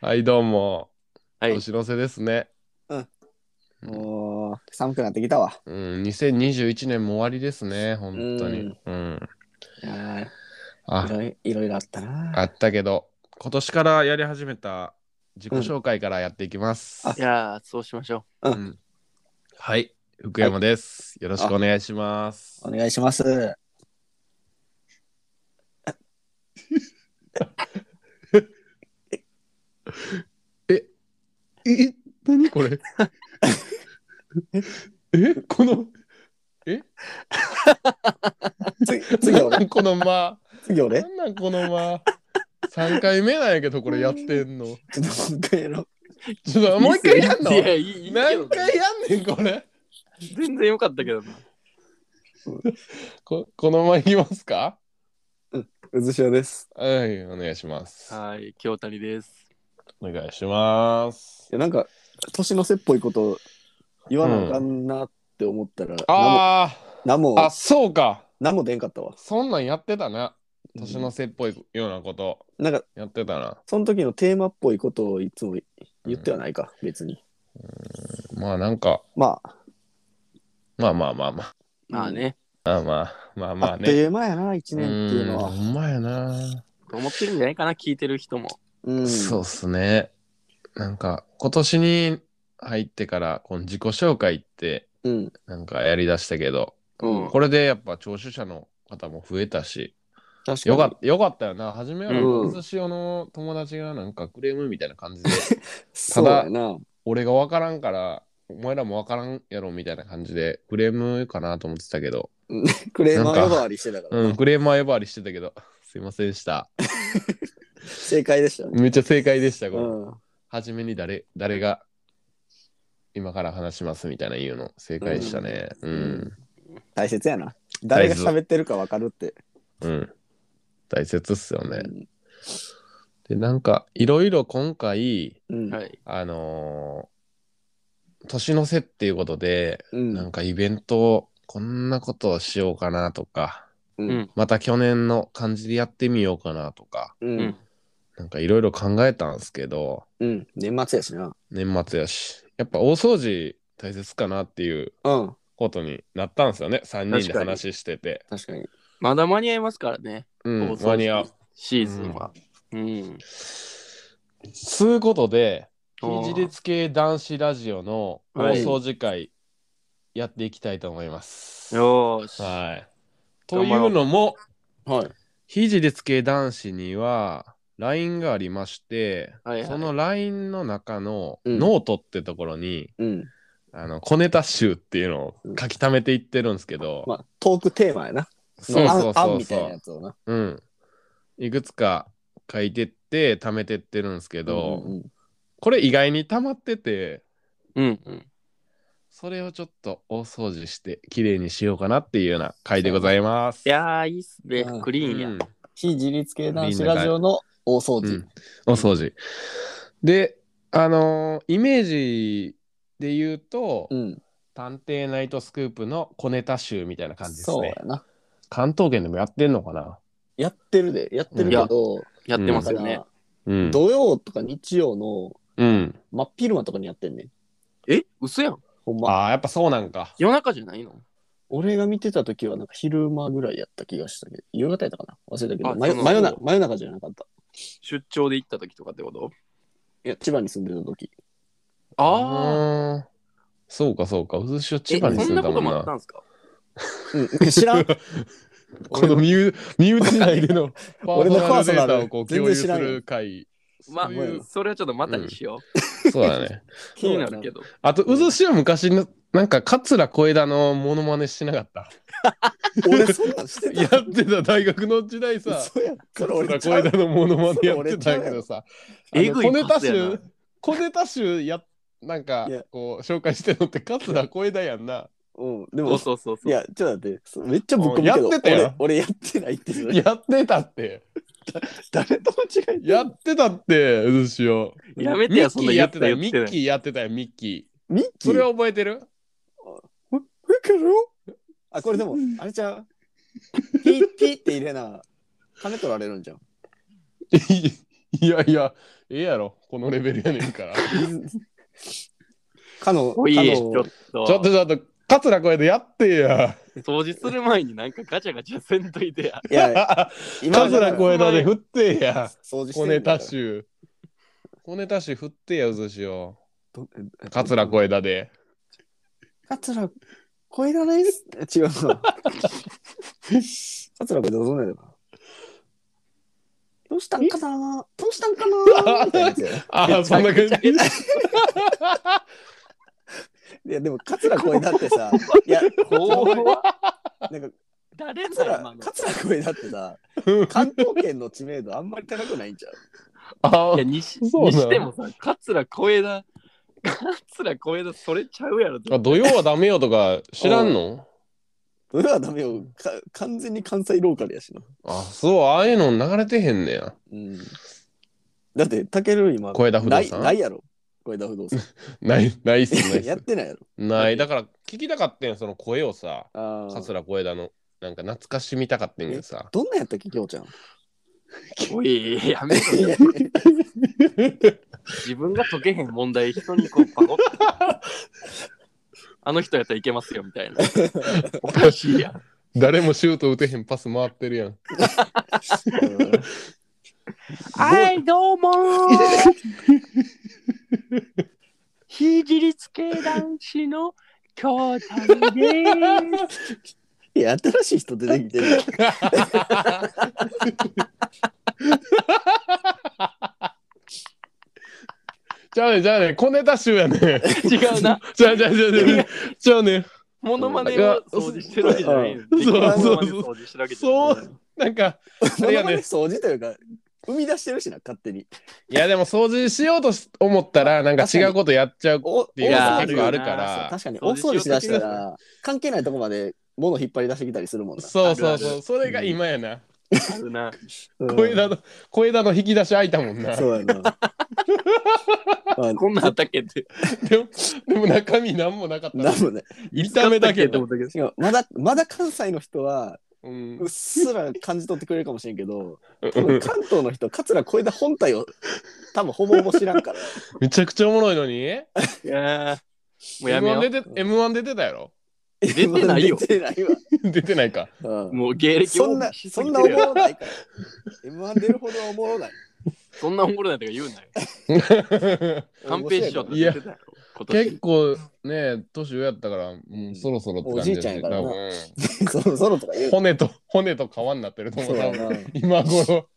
はい、どうも。はい年の瀬ですね。うんおー寒くなってきたわ。うん、2021年も終わりですね、本当に。うん。いやーいあ、ろいいろいろあったな。あったけど、今年からやり始めた自己紹介からやっていきます。あいやー、そうしましょううんんはい、福山です。よろしくお願いします。お願いします。え、なにこ れえ、この、次、次な俺。んこの間、次俺。なんなんこの間。3回目なんやけど、これやってんの。ちょっともう一回やろう。ちょっともう一回やんのう。いや、いい、いいけど何回やんねん、これ。全然よかったけどな。ここのままいきますかうずしおです。はい、お願いします。はい、京谷です。お願いしますい。や、なんか、年の瀬っぽいこと言わなあかんなって思ったら、あ何も、ーあ、何も、そうか。何も出んかったわ。そんなんやってたな。年の瀬っぽいようなことなんか、やってたな。その時のテーマっぽいことをいつも言ってはないか、別に。まあなんか、まあ、まあまあまあまあ。まあね、まあまあ、まあまああっとね。いう間やな、一う年っていうのん、はほ。んまやな、思ってるんじゃないかな、聞いてる人も。うん。そうっすね。なんか、今年に入ってから、この自己紹介って、うん。なんかやりだしたけど、うんこれでやっぱ聴取者の方も増えたし、確かに。よかっよかったよな。初めは、うんうずしおの友達がなんかクレームみたいな感じで、そうやな。俺が分からんから、お前らも分からんやろみたいな感じで、クレームかなと思ってたけど、クレーなマーん呼かばわりしてたからな、うん、クレームは呼ばわりしてたけど、すいませんでした。正解でしたね。めっちゃ正解でした、こうれ。ん。初めに誰誰が今から話しますみたいな言うの、正解でしたね。うん。大切やな。大誰切が喋ってるか分かるって。うん。大切っすよね。で、なんか、いろいろ今回、うん。うんはい。あのー年の瀬っていうことで、うんなんかイベントこんなことをしようかなとか、うんまた去年の感じでやってみようかなとか、ううんん。なんかいろいろ考えたんですけど、うん。年末やしな。年末やし、やっぱ大掃除大切かなっていううん。ことになったんですよね。3人で確かに話してて。確かに。まだ間に合いますからね、うん大掃、除間に合う。シーズンは。うん。つうことで、おー非自立系男子ラジオのはい大掃除会やっていきたいと思います。よーし。はい。と頑い張ろううのも、はい。非自立系男子には LINE がありまして、はいはいその LINE の中のうんノートってところに、うん。あの小ネタ集っていうのを書き溜めていってるんですけど、まあ、トークテーマやな。そうそうあんそあんうみたいなそやつをな。う、うん、いくつか書いてって溜めてってるんですけど、うんうんこれ意外に溜まっててうんうん。それをちょっと大掃除して綺麗にしようかなっていうような回でございます。いやー、いいっすねうん。クうリーンや。ん非自立系男子ラジオの大掃う除。ん、お掃除。で、あのーイメージで言うと、うん。探偵ナイトスクープの小ネタ集みたいな感じですそうねや。な。関東圏でもやってんのかなやってるで。やってるけど、やってうんまだすかよねら。、うん。土曜とか日曜のうん、真っ昼間とかにやってんねん。え嘘やん。ほんま。ああ、やっぱそうなんか。夜中じゃないの俺が見てた時は、なんか昼間ぐらいやった気がしたけど、夕方やったかな忘れたけあど、真夜そう真夜中真夜中じゃなかった。出張で行った時とかってこといや、千葉に住んでた時。ああ。あー。そうかそうか。うずしおえ、千そ葉にん住んなだこともんもあったな。んすか うん、知らん。この身内身内内でのパ俺のーソナルデーパーソナルタをこう共有す全然知らんるよ回。まあそういう、それはちょっとまたにしよそうだね。う。気になるけど。あと、うずしお昔の、なんか、桂小枝のモノマネしてなかった。 俺そんなんしてたやってた大学の時代さ。そうやん。それ俺俺ちゃ小う枝のモノマネやってたけどさ。あえのぐ小いネタパスや集な。、小ネタ集や、なんかいや、こう、紹介してるのって桂小枝やんな。うん。でそもう、そうそうそう。いや、ちょっと待って、そうめっちゃぶっ込むけど、うんやってたやん俺俺やってないって言う。やってたって。誰と間違えてやってたって、うずしお。やめてやそんなミッキーやってたよ。言ミってないッキーやってたよ、ミッキー。ミッキそー。れ覚えてるだからあ、これでも、あれちゃうピッピッって入れな、金取られるんじゃん。いいやいや、ええやろ、このレベルやねんから。ちかの、かおい、ちょっの、と。ょっとちょっと、桂小屋でやってや。掃除する前になんかガチャガチャせんといてや。いや、今じゃな桂い小枝で振ってや。掃除して小んねネんからタ集。小ネタ集振ってや、うずしを。どえ桂小枝で。桂小枝です。違う な。桂小枝どうなんやろな。どうしたんかなどうしたんかなみたいなやつやなああ、そんな感じ。いや、でも桂小枝って さ、いや、怖いなんか誰だ桂今の。桂小枝ってさ、関東圏の知名度あんまり高くないんちゃう あいやにしにそうなのしてもさ、桂小枝、桂小枝、それちゃうやろとあ。土曜はダメよとか知らんのそれはダメよ。か完全に関西ローカルやしな。あ、そう、ああいうの流れてへんねや。うん。だって、たける今、小枝不動産ないないやろ。小枝 不動産。ない、ないっす、ないっ やっす。てないやろ。ない。だから聞きたかったんや、その声をさ、ああ。桂小枝の。なんか懐かしみたかったんやけどさ。どんなんやったっけ、きょう ちゃん。おい、やめろよ。自分が解けへん問題、人にこう、パコッ て。あの人やったらいけますよ、みたいな。おかしいやん。誰もシュート打てへんパス回ってるやん。はい、どうもー。非自立系男子の兄弟 です。いや、新しい人出てきて る。じゃあね、じゃあね、小ネタ集 やね。違うな。じゃあじゃあじゃあじゃあじゃあね、モノマネを掃除してるわけじゃないの。うんそうそうそうモノマネ掃除してるわけじゃなそいの。う、なんか、あ物れやまねね掃除というか、生み出してるしな、勝手に。いやでも掃除しようとし思ったら、なんか違うことやっちゃう。おいや大掃除結構あるから確かに、大掃除しよ掃う除としだしたら、関係ないとこまで物引っ張り出してきたりするもんな。そうそうあるあそう、るそれが今やな。あるな。うん小枝の、小枝の引き出し開いたもんな。そうやな。 まあこんなんあったっけって。でも、でも中身なんもなかったなな。んもね、見た目だけってど思っ。たけど。しかもまだまだ関西の人はうんうっすら感じ取ってくれるかもしれんけど多分関東の人桂小枝本体を多分ほぼほぼ知ら んからめちゃくちゃおもろいのに。いやーもうやめよ M1 う。出て、M1 出てたやろ 出てないよ 出てないわ出てない か。うんもう芸歴そんな、多くしすそぎんてなるおやろもろないから。M1 出るほどおもろない。そんなおもろないとか言うなよ。寛平師匠とかいや言ってたやろ。今結年。構ね、年上やったから、もうそろそろって感じおじいちゃんやからな多分そろそろとか言う。骨と、骨と皮になってると思そうう。多や分な。今頃。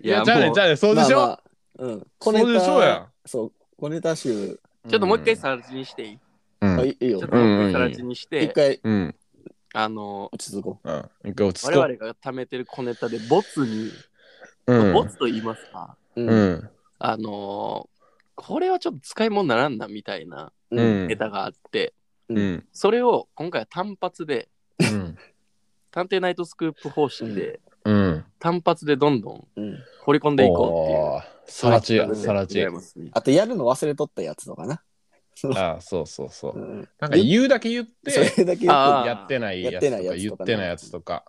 いや、じゃあね、じゃあね、掃除しまよあまあうん。う。掃除しようや。そう、小ネタ集、ちょっともう一回さら地にしていいうん。あうん。いいいよちょっ。ともう一回さら地にして、一回うん。あの、落ち着こうん一回落ち着我こ々が貯めてる小ネタで、ボツに、う。うんボツと言いますか、う。う。ん。あのこれはちょっと使い物にならんなみたいなう。んネ。タがあって、うん。それを今回は単発で、うん。探偵ナイトスクープ方式で、うん。単発でどんどんうん。掘り込んでいこうっていう。おーさらちやそう、いう企さ画でらちござい。ますねあと、やるの忘れとったやつとかな。ああ、そうそう そうう。ん。なんか言うだけ言って、それだけ言あっーやってないやつとか言やっっててなないやいやつつとか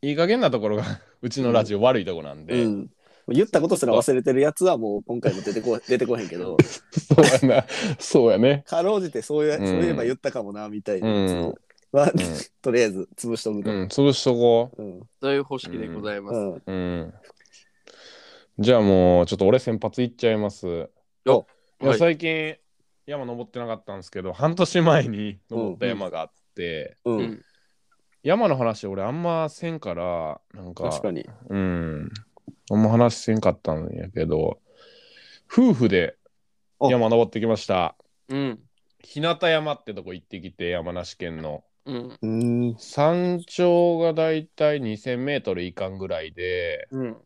いい加減なところが うちのラジオ悪いとこなんてる。で、うん。言ったことすら忘れてるやつはもう今回も出てこ出てこへんけど、そうやなそうやねかろうじてそういう、うんそういえば言ったかもな、みたいなやつうんは、んとりあえず潰しとくうと。ん潰しとこうん。そういう方式でございます。うん。ううんじゃあもうちょっと俺先発いっちゃいますおいやはい最近山登ってなかったんですけど半年前に登った山があって、うんうん山の話俺あんませんからなんか確かに。うんあんま話せんかったんやけど夫婦で山登ってきましたうん。日向山ってとこ行ってきて山梨県のうん。うん。山頂がだいたい2 0 0 0ルいかんぐらいでうん。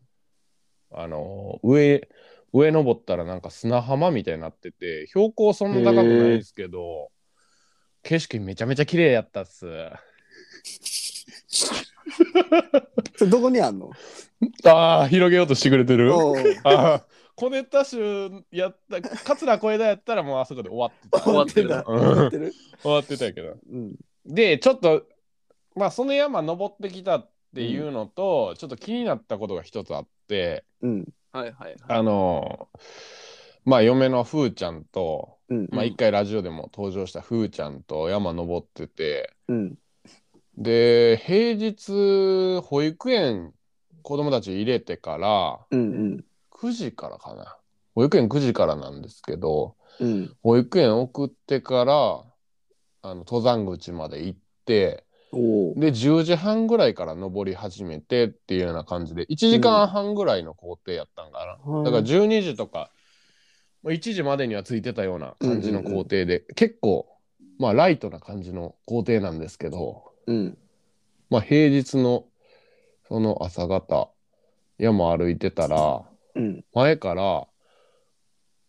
あの上上登ったらなんか砂浜みたいになってて標高そんな高くないんですけど景色めちゃめちゃ綺麗やったっすそれどこにあんのあー広げようとしてくれてるおうあー小ネタ集やった桂小枝やったらもうあそこで終わってた 終わってる た。うん終わってる終わってたけどうん。でちょっとまあその山登ってきたっていうのと、ちょっと気になったことが一つあってうん。はいはいはい。あのまあ嫁のふーちゃんと、うん。まあ、うん一回ラジオでも登場したふーちゃんと山登っててうん。で平日保育園子供たち入れてからうん。 9時からかな保育園9時からなんですけどうん。保育園送ってからあの登山口まで行っておお。で10時半ぐらいから登り始めてっていうような感じで1時間半ぐらいの工程やったんかな、だから12時とかまあ1時までには着いてたような感じの工程で、結構まあライトな感じの工程なんですけどうん。まあ平日のその朝方山歩いてたらうん。前から、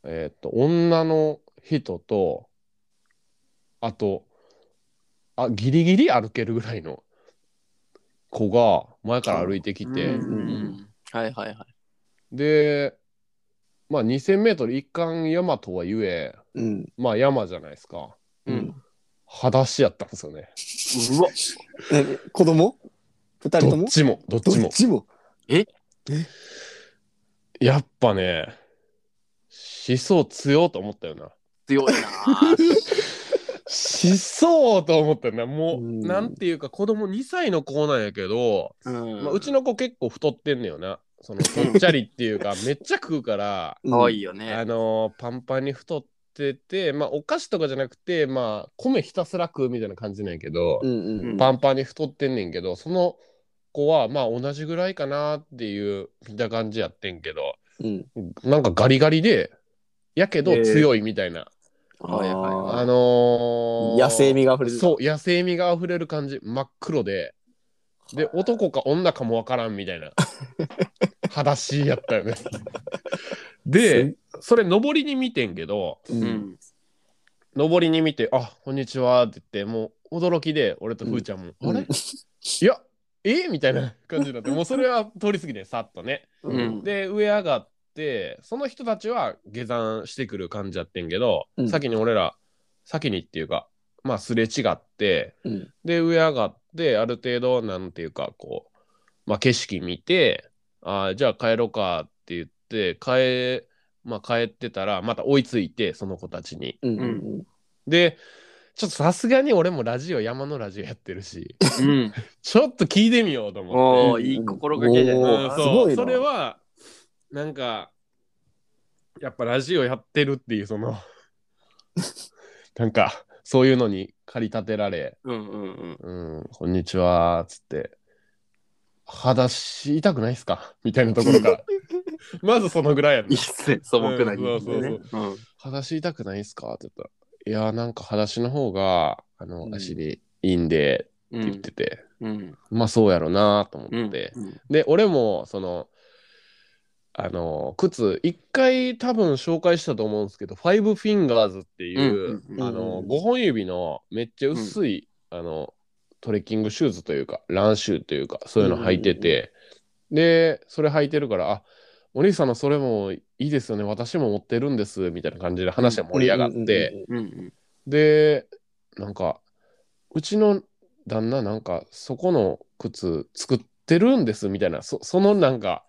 えーっと女の人とあとあギリギリ歩けるぐらいの子が前から歩いてきて、うんうんはいはいはい。で、まあ、2,000m 一貫山とはゆえうん。まあ山じゃないですかうん。裸足やったんですよねうわ何子供二人とどっもちもどっちどもっちも。やっぱね思想強と思ったよな強いな ぁ。しそうと思ったねもう、うんなんていうか子供2歳の子なんやけど、うんまあ、うちの子結構太ってんねよなそのぽっちゃりっていうかめっちゃ食うから、可愛い。いよね。あのーパンパンに太っててまあお菓子とかじゃなくてまあ米ひたすら食うみたいな感じなんやけど、うんうん。パンパンに太ってんねんけどその子はまあ同じぐらいかなっていう見た感じやってんけどうん。なんかガリガリでやけどえー強いみたいなはいはいはいあのー野生味が溢れてたそう野生味が溢れる感じ真っ黒でで男か女かもわからんみた いな裸足やったよねでそれ上りに見てんけどう。うんん。上りに見て「あこんにちは」って言ってもう驚きで俺とふーちゃんも「うんあれいやえみたいな感じになってもうそれは通り過ぎてさっとねうんで上上がってその人たちは下山してくる感じやってんけど、うん先に俺ら先にっていうかまあすれ違って、うんで上上がってある程度なんていうかこう、まあ、景色見てあーじゃあ帰ろうかって言って帰,、まあ、帰ってたらまた追いついてその子たちに。うんうん。でちょっとさすがに俺もラジオ山のラジオやってるしうん。ちょっと聞いてみようと思って。おーいい心がけじゃおなうーんすそうごいなそれはなんかやっぱラジオやってるっていうその なんかそういうのに駆り立てられうんうんうん「うんこんにちは」っつって「裸足痛くないっすか?」 みたいなところからまずそのぐらいやねいいっすね、素朴なうん人間でね。そううん裸足痛くないっすか?」って言ったら「いやなんか裸足の方があの、うん足にいいんで」うって言っんてて、うんまあそうやろなと思って。うんで俺もそのあの靴一回多分紹介したと思うんですけど「ファイブフィンガーズ」っていう、うんうんうんあの5本指のめっちゃ薄い、あのトレッキングシューズというかランシューというかそういうの履いてて、でそれ履いてるから「あお兄さんのそれもいいですよね私も持ってるんです」みたいな感じで話が盛り上がって、うんうんでなんかうちの旦那なんかそこの靴作ってるんですみたいなそそのなんか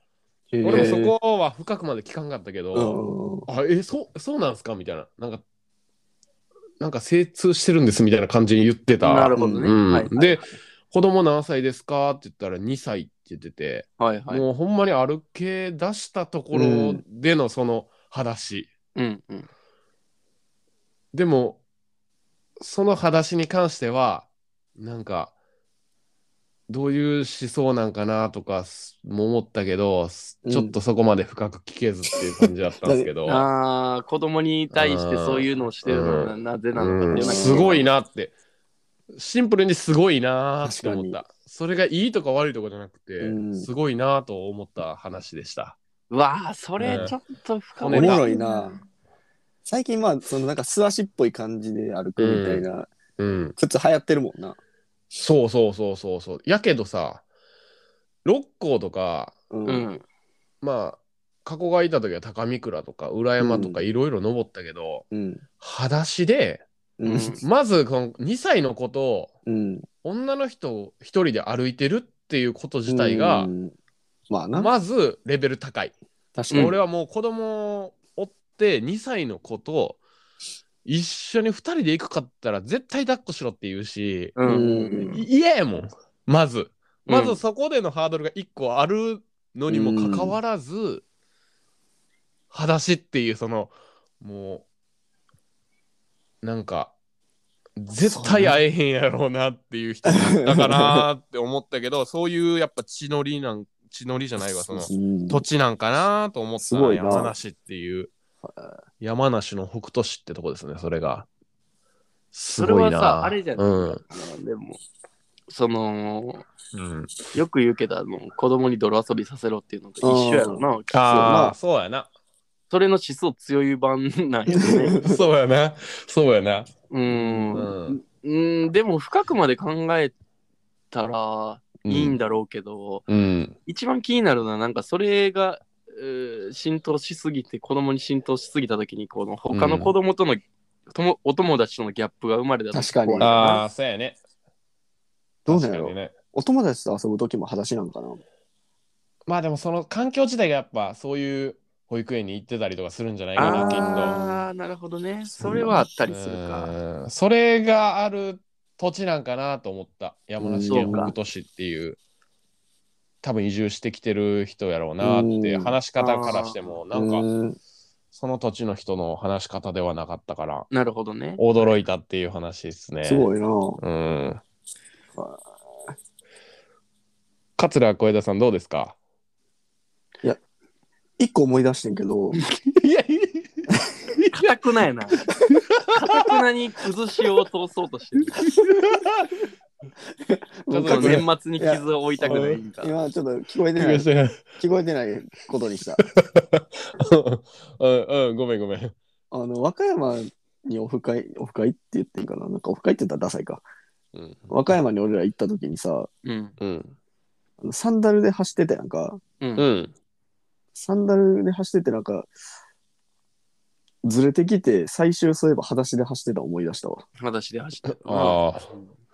うんうんうん。俺もそこは深くまで聞かんかったけへー。ど、うんうんあえそうそうなんすかみたいななんかなんか精通してるんですみたいな感じに言ってたなるほどね。うんはいはいはいで、子供何歳ですかって言ったら2歳って言ってて、はいはい。もうほんまに歩け出したところでのその裸足、うんうんでもその裸足に関してはなんかどういう思想なんかなとかすも思ったけど、すうんちょっとそこまで深く聞けずっていう感じだったんですけど、ああ、子供に対してそういうのをしてるのはうななぜなうのかってん、うのはすごい。なってシンプルにすごいなーって確か思にったそれがいいとか悪いとかじゃなくて、うんすごいなーと思った話でした。うわあ、それちょっと深うおん掘もりだろいな。。最近まあそのなんか素足っぽい感じで歩くみたいなうん、靴流行ってるもんな。そうそうそうそうそうやけどさ六甲とかうんう。ん。まあ過去がいた時は高見倉とか裏山とかいろいろ登ったけど、うん。裸足でううんん。まずこの2歳の子とうん。女の人を一人で歩いてるっっていうこと自体が、うんまあな、まずレベル高い。確かうんに。俺はもう子供を追って2歳の子と一緒に2人で行くかったら絶対抱っこしろって言うし、うんうんい嫌やもんまずまずそこでのハードルが1個あるのにもかかわらず、裸足っていうそのもうなんか絶対会えへんやろうなっていう 人だったか なって思ったけどそういうやっぱ血のりなん血のりじゃないわそのうん土地なんかなと思ったすごらいな山梨っていう山梨の北杜市ってとこですねそれがすごいなそれはさあれじゃないうんでも、その、うん、よく言うけど、あの子供に泥遊びさせろっていうのと一緒やろな。きっとあまああそうやなそれの思想強い版なんやろ ね。そうやなそうやなう。うんんうん、でも深くまで考えたらいいんだろうけど、うん一番気になるのはなんかそれが、えー浸透しすぎて子供に浸透しすぎた時にこの他の子供との、ともお友達とのギャップが生まれた確かにああそうやねどうなん確やろかにねお友達と遊ぶ時も裸足なんかな。まあでもその環境自体がやっぱそういう保育園に行ってたりとかするんじゃないかなきっとああーなるほどねそれはあったりするかうんそれがある土地なんかなと思った山梨う県んそうか北杜市っていう多分移住してきてる人やろうなってうん話し方からしてもなんうかんその土地の人の話し方ではなかったからなるほどね驚いたっていう話ですね。すごいな。うん桂小枝さんどうですか一個思い出してんけ ど、いやいかたくなやなかたくなに崩しを通そうとしてるちょっと僕年末に傷を負いたくないんか今ちょっと聞こえて ない、や聞こえてないことにした。うんうんごめんごめん。あの、和歌山にオフ会、オフ会って言っていいかななんかオフ会って言ったらダサいか。うん和歌山に俺ら行った時にさ、うんうんあのサンダルで走ってたやんか。うんうんサンダルで走っててなんか、ずれてきて、最終そういえば裸足で走ってた思い出したわ。私で走ってるあ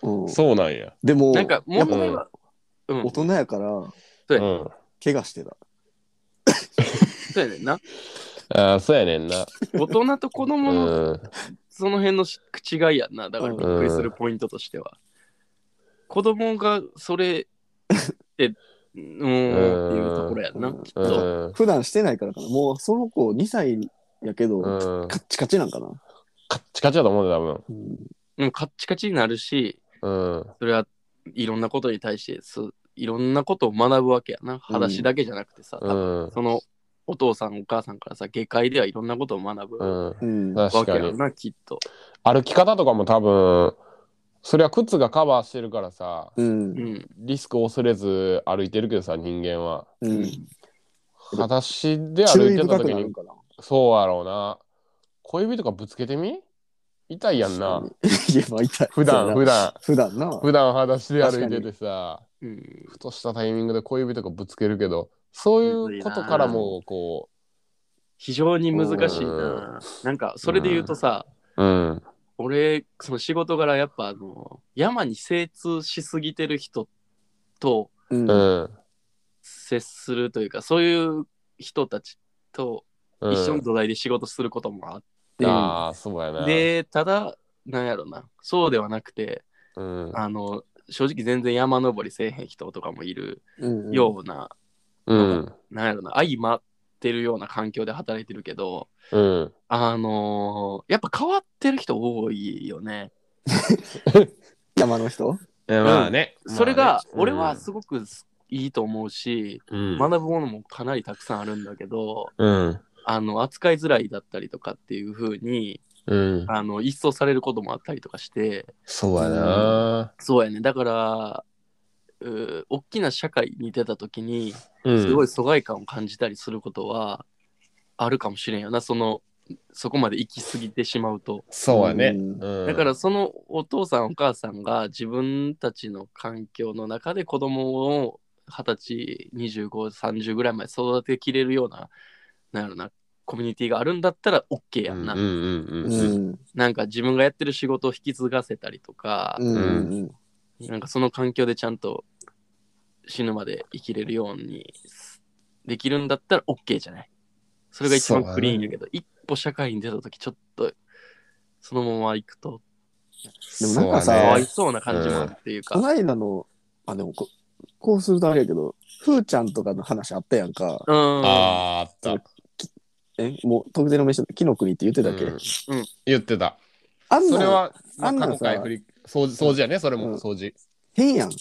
あうん、そうなんや。でも、なんか問題はうん、大人やから、ううん怪我してた。そうやねんなああ、そうやねんな。大人と子供のうん。その辺のし違いやんな。だからびっくりするポイントとしては。子供がそ れって、うーん、っていうところやんな、うんきっうと。ん。普段してないからかな。もうその子2歳やけど、うんカッチカチなんかな。カッチカチだと思うんだよ、うんでもカッチカチになるし、多分。それはいろんなことに対してす、いろんなことを学ぶわけやな。裸足だけじゃなくてさ、う多分ん。そのお父さん、お母さんからさ、下界ではいろんなことを学ぶうわん。うん。うん。確けかやにん。な、きっと。歩き方とかも多分、そりゃ靴がカバーしてるからさ、うんう。ん。リスクを恐れず歩いてるけどさ、人間は。うん。裸足で歩注い意てた深く時なるにん、かな。そうやろうな。小指とかぶつけてみ痛いやんな。 いや、まあ痛い。普段、そう普やな段、普段な。普段裸足で歩いててさ。うん、ふとしたタイミングで小指とかぶつけるけどそういうことからもこ非常に難しいな。なんか、それで言うとさ、ううん俺その仕事柄やっぱあの山に精通しすぎてる人とうん。うん接するというかそういう人たちとうん一緒の土台で仕事することもあっああそうやて、なでただなんやろなそうではなくてうんあの正直全然山登りせえへん人とかもいるうんような、うんなんやろな相まってるような環境で働いてるけどうんあのやっぱ変わってる人多いよね。山の人まあねそれが俺はすごくいいと思うし、うん学ぶものもかなりたくさんあるんだけどうんあの扱いづらいだったりとかっていう風にうんあの一掃されることもあったりとかしてそうやなそうやねだからうー大きな社会に出た時にうんすごい疎外感を感じたりすることはあるかもしれんよなそのそこまで行き過ぎてしまうとそうやねうんだだからそのお父さんお母さんが自分たちの環境の中で子供を20歳2530ぐらいまで育てきれるようななんやろなコミュニティがあるんだったら OK やんな、うんうんううんうんん。なんか自分がやってる仕事を引き継がせたりとかう、ん。なんかその環境でちゃんと死ぬまで生きれるようにできるんだったら OK じゃない。それが一そうだ番ねクリーンやけど、一歩社会に出たとき、ちょっとそのまま行くと、でもなんかかさそうねわいそうな感じもあるっていうかこ。ないだの、あ、でもこ、こうするとあれやけど、ふーちゃんとかの話あったやんか。うん。あーあった。え、もう、特定の名所、木の国って言ってたっけ、うん言ってた。あんそなれんは、まああ、んな過ん去回さ振り、掃除、掃除やね、それうんも、掃除。変やん。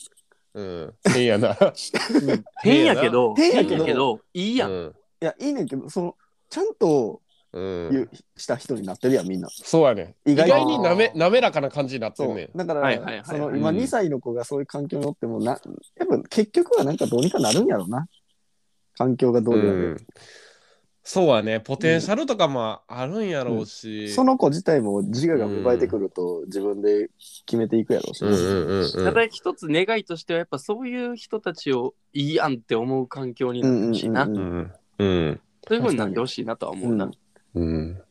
うん。変やな。うん変やけど、変変ややけどけど、いいや。うんん。いや、いいねんけど、その、ちゃんとう言んう、した人になってるやん、みんな。そうやね。意意外外にになめ滑らかな感じになってそんう。ねん。だから、はいはいはいはいその、今うん2歳の子がそういう環境におってもな、やっぱ結局はなんかどうにかなるんやろな。環境がどうであれ、うんそうはね、ポテンシャルとかもあるんやろうし。その子自体も自我が芽生えてくると、自分で決めていくやろうしうな、んうんうんうんただ一つ願いとしては、やっぱそういう人たちをいいやんって思う環境になってほしいな。うんうんうんうんうん。うん。そういうふうになってほしいなとは思うな。うんうん。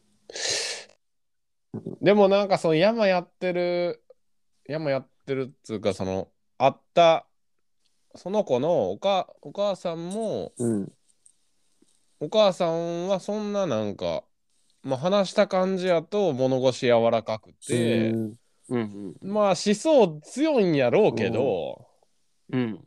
でもなんかその山やってる山やってるっつうかそのあったその子のおかお母さんもうん。お母さんはそんななんか、まあ、話した感じやと物腰柔らかくてうんうんうんまあ思想強いんやろうけど、うん。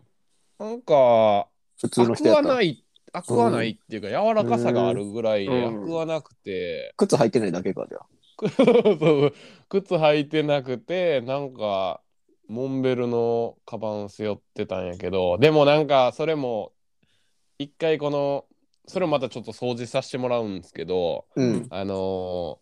なんか普通の悪人やはったらない悪はないっていうか柔らかさがあるぐらいでうん悪はなくて。靴履いてないだけかじゃあそう靴履いてなくてなんかモンベルのカバン背負ってたんやけどでもなんかそれも一回このそれもまたちょっと掃除させてもらうんですけどうんあのー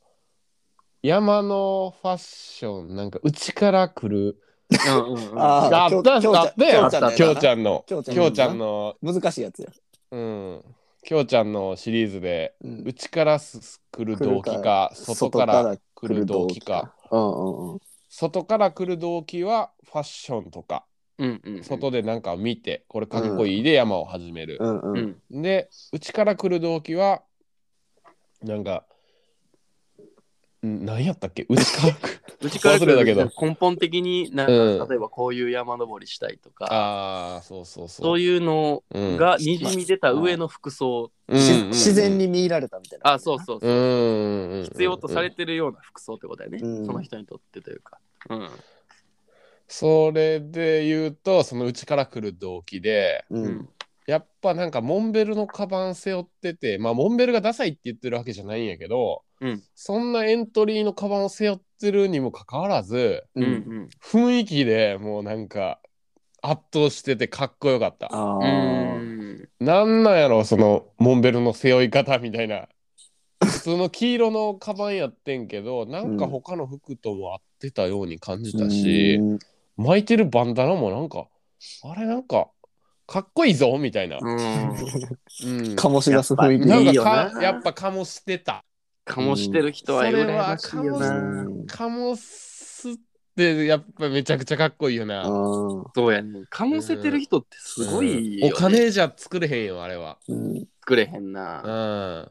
山のファッションなんか内から来るうんうんうんあーがあったんすかあったやんきょうちゃんのきょうちゃんのやつきょうちゃんきょうちゃんの難しいやつや、うんきょうちゃんのシリーズでうん、内からす来る動機か外から来る動機かうんうんうん外から来る動機はファッションとかうんうんうん。外でなんか見てこれかっこいいで山を始めるう、んううんんで内から来る動機はなんかん何やったっけ内から来 るうちから来る忘れたけ根本的になんうんか、例えばこういう山登りしたいとか、ああそうそうそうそういうのうんがにじみ出た上の服装。うんしうん自然に見入られたみたいなあ、そうそううそう。んうん必要とされてるような服装ってことだよね。うんその人にとってというか。うん。それで言うとその内から来る動機でううんんやっぱなんかモンベルのカバン背負っててまあモンベルがダサいって言ってるわけじゃないんやけど、うんそんなエントリーのカバンを背負ってるにもかかわらずう、うんん雰囲気でもうなんか圧倒しててかっこよかったあうん。うあ、ん。なんなんやろそのモンベルの背負い方みたいな普通の黄色のカバンやってんけどなんか他の服とも合ってたように感じたし、うん巻いてるバンダナもなんかあれなんかかっこいいぞみたいな、うん。うん醸し出す雰囲気やなっんいかいよかなやっぱかもしてた。かもしてる人は羨ましいよぱそれはな。かもすってやっぱめちゃくちゃかっこいいよあな。ーそうやね。かもせてる人ってすごいよね、お金じゃ作れへんよあれは。うん作れへんな。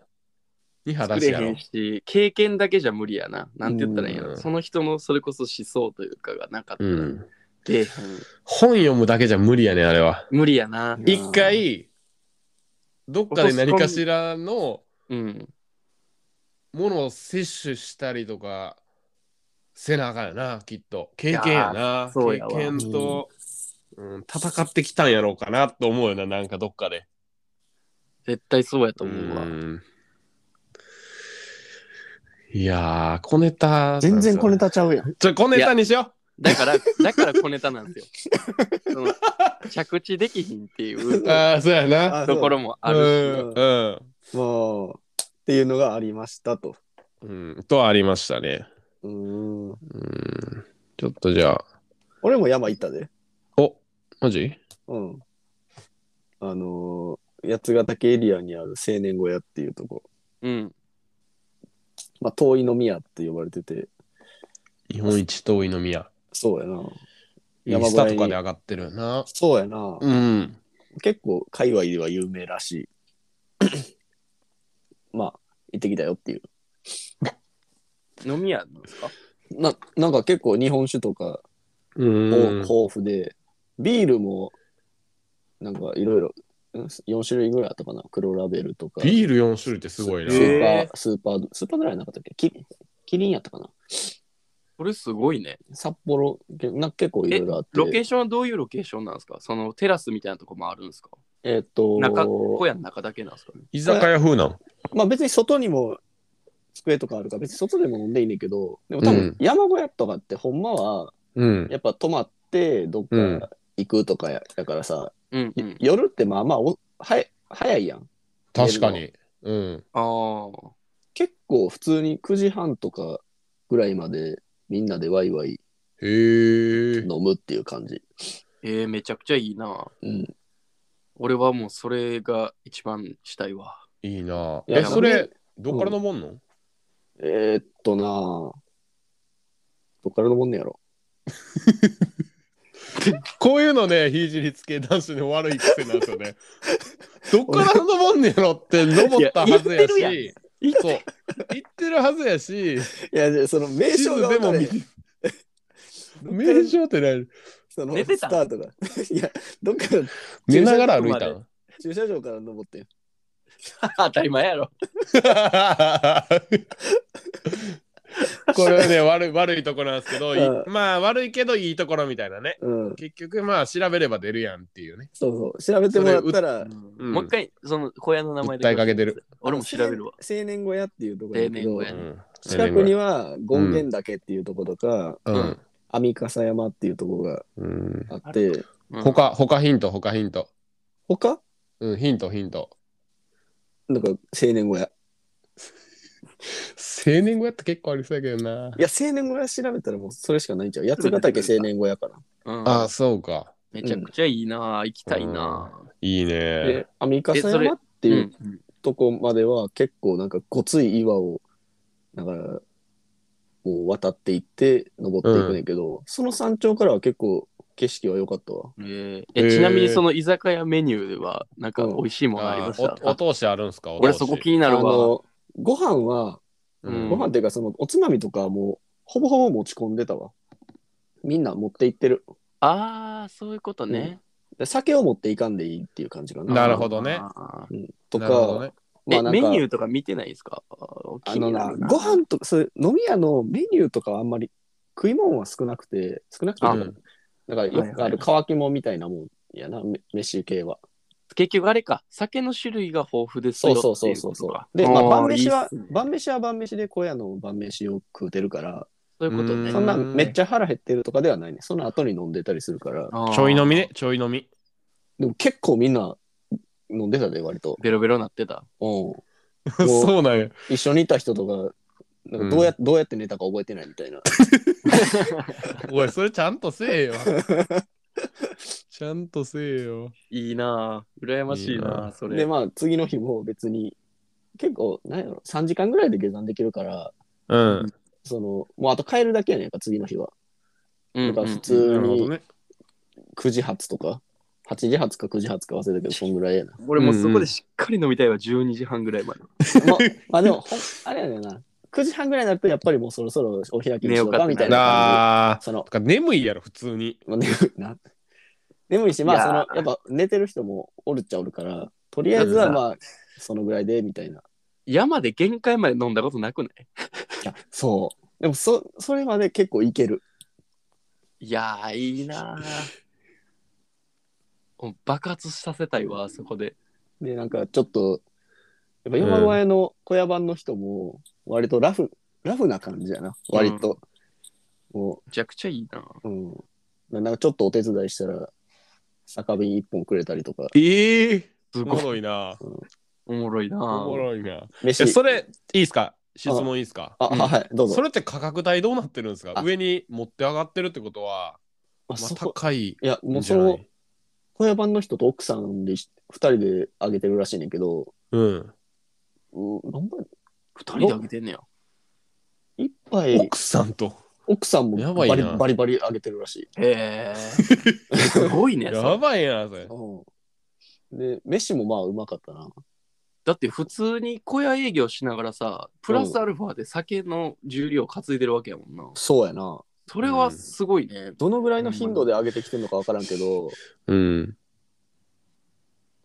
うん。に作話れやへろん。し、経験だけじゃ無理やな。なんて言ったらいいんやうんろ。その人のそれこそ思想というかがなかったうら、ん。出えへん本読むだけじゃ無理やねあれは。無理やな。ん一回どっかで何かしらのうん。ものを摂取したりとかせなあかんよなきっと経験やいなそうや経わ験と、うん、戦ってきたんやろうかなと思うよななんかどっかで。絶対そうやと思うわ。んいやー、小ネタ。全然こネ。タちゃうやんちょ、小ネタにしよだから、だから小ネタなんですよ。その着地できひんっていうう。ああ、そうやな。あそうところもあうる。ん。うんもうっていうのがありましたとうん。とはありましたね。うんうん。ちょっとじゃあ。俺も山行ったでおマジうんあのー八ヶ岳エリアにある青年小屋っていうとこうん。まあ遠い飲み屋って呼ばれてて日本一遠いの宮。そうやなイ山小屋にンスタとかで上がってるよな。そうやな、うん。結構界隈では有名らしい まあ行ってきたよっていう飲み屋なんですかななんか結構日本酒とかうん。豊富で、ビールもなんかいろいろうん4種類ぐらいあったかな黒ラベルとかビール4種類ってすごいな。スーパーへ、スーパー、スーパーぐらいなかったっけキキリンやったかなそれすごいね。札幌、けなんか結構いろいろあって。ロケーションはどういうロケーションなんですかそのテラスみたいなとこもあるんですかえーっと、中、小屋の中だけなんですかね居酒屋風なの。まあ別に外にも机とかあるから、別に外でも飲んでいいねんけど、でも多うん分山小屋とかってほんまは、うん。やっぱ泊まってどっかうん行くとかや、だからさ、うんうよん。夜ってまあまあおはい早いやん。確かに。うん。ああ。結構普通に9時半とかぐらいまでみんなでワイワイへえ。飲むっていう感じ。えー、めちゃくちゃいいな。うん。俺はもうそれが一番したいわ。いいな。いやえ、そなれん、どっから飲もんのえー、っとなあどっから飲もんねやろ。こういうのね、ひいじりつけ男子の悪い癖なんですよね。 どっから飲もんねやろって思ったはずやし、いや言そう、言ってるはずやし、いや、でその名地称図がで分もかれへ見んて。名称ってない。その寝てたスタートが。 いや、どっから 寝ながら歩いた駐ん駐車場から登ってん。 当たり前やろ。これは ね悪い悪いところなんですけど、いうんまあ悪いけどいいところみたいなねうん。結局まあ調べれば出るやんっていうねそうそう。調べてもらったら、うんもう一回、その小屋の名前訴えかけてる。俺も調べるわ。青年小屋っていうところだけど青年小う屋ん近くには権現岳っていうところとか、うん、網笠山っていうところがうん、あって、うん他他ヒント他ヒント他うんヒントヒントなんか青年小屋。青年後やって結構ありそうやけどないや、青年小屋調べたらもうそれしかないんちゃう。八ヶ岳青年小屋かな。うんああそうかめちゃくちゃいいな。行きたいな。いいねで、網笠山ってういうんうんとこまでは結構なんかごつい岩を、だから、もう渡っていって登っていくねんけど、その山頂からは結構景色は良かったわ。えーえーえちなみにその居酒屋メニューではなんか美味しいものありあましーたおお通しあるんすかお通し俺そこ気になるわ。あの、ご飯は、うんご飯っていうかそのおつまみとかはもうほぼほぼ持ち込んでたわ。みんな持って行ってる。ああ、そういうことね。で酒を持っていかんでいいっていう感じかな。なるほどねあー。となるほどか、ねまあえ、なんかメニューとか見てないですかあのな、ご飯とか、そういう飲み屋のメニューとかはあんまり食い物は少なくて、少なくてあも、だからよくある乾き物みたいなもんやな、め飯系は。結局あれか、酒の種類が豊富ですそようそうってそいううそこうとそうか。。で、まあ、晩飯あはーいいっすね晩飯は晩飯で小屋の晩飯を食うてるから、そういうことね。そんなうんめっちゃ腹減ってるとかではないね。その後に飲んでたりするから、あーちょい飲みね。ちょい飲みでも結構みんな飲んでたで、割と。ベロベロなってた。うん そうなんや一緒にいた人とか、なんかどうやどうやって寝たか覚えてないみたいな。おいそれちゃんとせえよちゃんとせえよ いいなぁ。羨ましいいいななぁ、そでれ。まあ次の日も別に結構なんやろ3時間ぐらいで下山できるからうんそのもうあと帰るだけやねんか次の日はうんだからうんう普ん通なるほどね9時発とか8時発か9時発か忘れ たけどそんぐらいやな俺もうそこでしっかり飲みたいわ、12時半ぐらいまで。まあまあでもほんあれやねんな9時半ぐらいになるとやっぱりもうそろそろお開きにしようかみたいな感あじそのー、眠いやろ普通にまあ、眠いな眠いしまいあやそのーやっぱ寝てる人もおるっちゃおるからとりあえずはまあそのぐらいでみたいな山で限界まで飲んだことなくないいやそうでもそそれまで結構いけるいやー、いいなぁ。もう爆発させたいわ、そこで。で、なんかちょっと、やっぱ山小屋の小屋版の人も、割とラフ、ラフな感じやな、割と。もめちゃくちゃいいなぁ。う、うん。ななんかちょっとお手伝いしたら、酒瓶一本くれたりとか、ええすおもごい。ろいなおもろいなおもぁ。ろいな飯え、それいいっすか質問いいっすかあ、うんはい、どうぞ。それって価格帯どうなってるんですかあ上に持って上がってるってことは、まああそ、こ高いいや、もんうじそゃなのい小屋版の人と奥さんでし二人であげてるらしいねんけど、うんうん、何杯二人であげてんねや。一杯、奥さんと奥さんもやばいバリなバリバリあげてるらしい。へえ。すご いね。そやればいなそれうん。で、飯もまあうまかったな。だって普通に小屋営業しながらさ、プラスアルファで酒の重量担いでるわけやもんな。そうやな。それはすごいね。どのぐらいの頻度で上げてきてるのか分からんけど、うん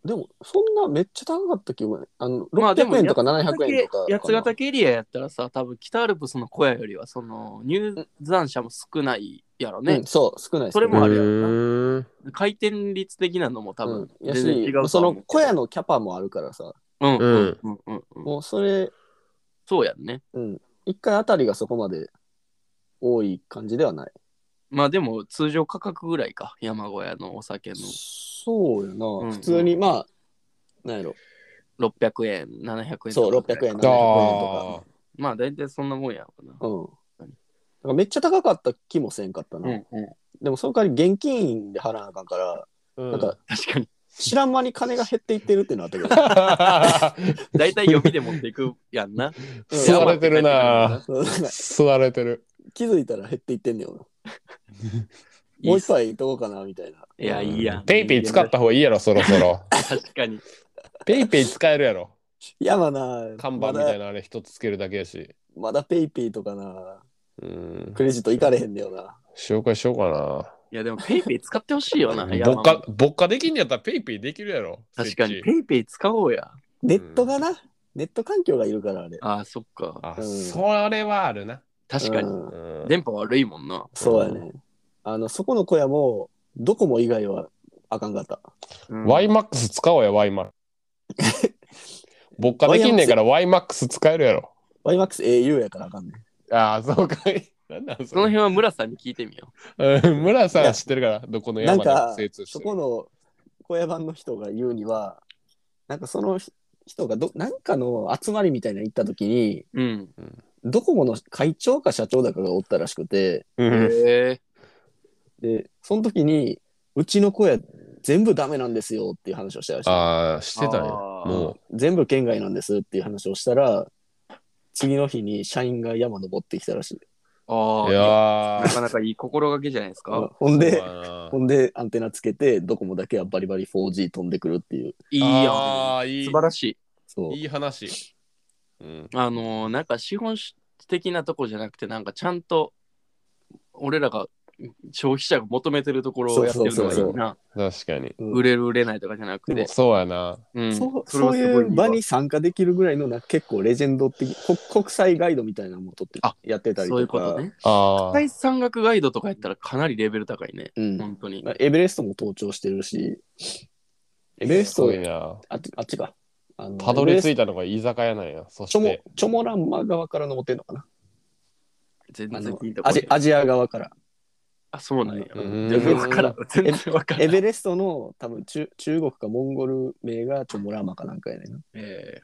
でも、そんなめっちゃ高かった気分あの、まあでも600円とか700円とかかな。八ヶ岳エリアやったらさ、多分北アルプスの小屋よりは、その入山者も少ないやろね。うん、そう、少ないですそれもあるやろなう回転率的なのも多う分ん、全や然し違うとは思うけど、その小屋のキャパもあるからさ、うんううんんうんうんうん。もうそれ、そうやんね。うん、一回あたりがそこまで多い感じではない。まあでも通常価格ぐらいか、山小屋のお酒のそうやな、んうん普通に、まあ、なんやろ、 600円、700円そうとか600円ん。 700だ円ーまあ大体そんなもんやろうな。うん。だ何からめっちゃ高かった気もせんかったな。うんうん。でもその代わり現金で払わなあかんから、うん なんか確かに。知らん間に金が減っていってるっていうのあったけど大体予備で持っていくや んな。吸われてるなう ん、なんか吸われてる。気づいたら減っていってんねよな。もう一杯いっとこうかなみたいな。いや、いいやん。ペイペイ使った方がいいやろ、そろそろ。確かに。ペイペイ使えるやろ。いやまあな、看板みたいなあれ一つつけるだけやし。まだまだペイペイとかな、うん。クレジット行かれへんねよな。紹介しようかいや、でもペイペイ使ってほしいよな。な。いやぼっか、ぼっかできんやったらペイペイできるやろ。確かに。設ペ置イペイ使おうや。ネットがな、ネット環境がいるからあれ。ああ、そっか。あ、うんそれはあるな。確かうに。んうん電波悪いもんな。そうやね。あの、そこの小屋も、ドコモ以外はあかんかった。うんワイマックス使おうや、ワイマックス。ぼっかできんねんから、ワイマックス使えるやろ。 YMAXAU やからあかんね。ああ、そうかい。なんなんそそのれ辺は村さんに聞いてみようん村いさんや知ってるから、どこのなん山でもか精通、しそてるこ。の小屋番の人が言うには、なんかそのひ人がど、なんかの集まりみたいなの行った時に、う。うん。ドコモの会長か社長だかがおったらしくて、うんへえ。で、その時に、うちの小屋全部ダメなんですよっていう話をしたらしい。ああ、してたんや。あーも全部県外なんですっていう話をしたら、次の日に社員が山登ってきたらしい。あう。あ。いやなかなかいい心がけじゃないですか。ほんーでそう、やなほんでアンテナつけて、ドコモだけはバリバリ 4G 飛んでくるっていう。いいやん。ああ、いい素晴らしい。そう。いい話。うん。あのーなんか資本主義的なとこじゃなくて、なんかちゃんと俺らが消費者が求めてるところをやってるのがいいそうそうそうな。確かに。うん売れる売れないとかじゃなくて。そうやな。うんそうれそはうすいごいう場に参加できるぐらいのな結構レジェンド的国国際ガイドみたいなのも取ってあやってたりとそかういうことね。ああ。大山岳ガイドとかやったらかなりレベル高いね。うん本当に。エベレストも登頂してるしエベレスすごトいな。あっちあっちかあのたどり着エベレスいたのが居酒屋なんや。そトチョしモて。チョモランマ側から登ってんのかな全あ然の聞いたこアとジない。アジア側からあ、そうなんや。ううん全然わからん。全然わからエん。ベレストの多分中中国かモンゴル名がチョモランマかなんかやねんなえ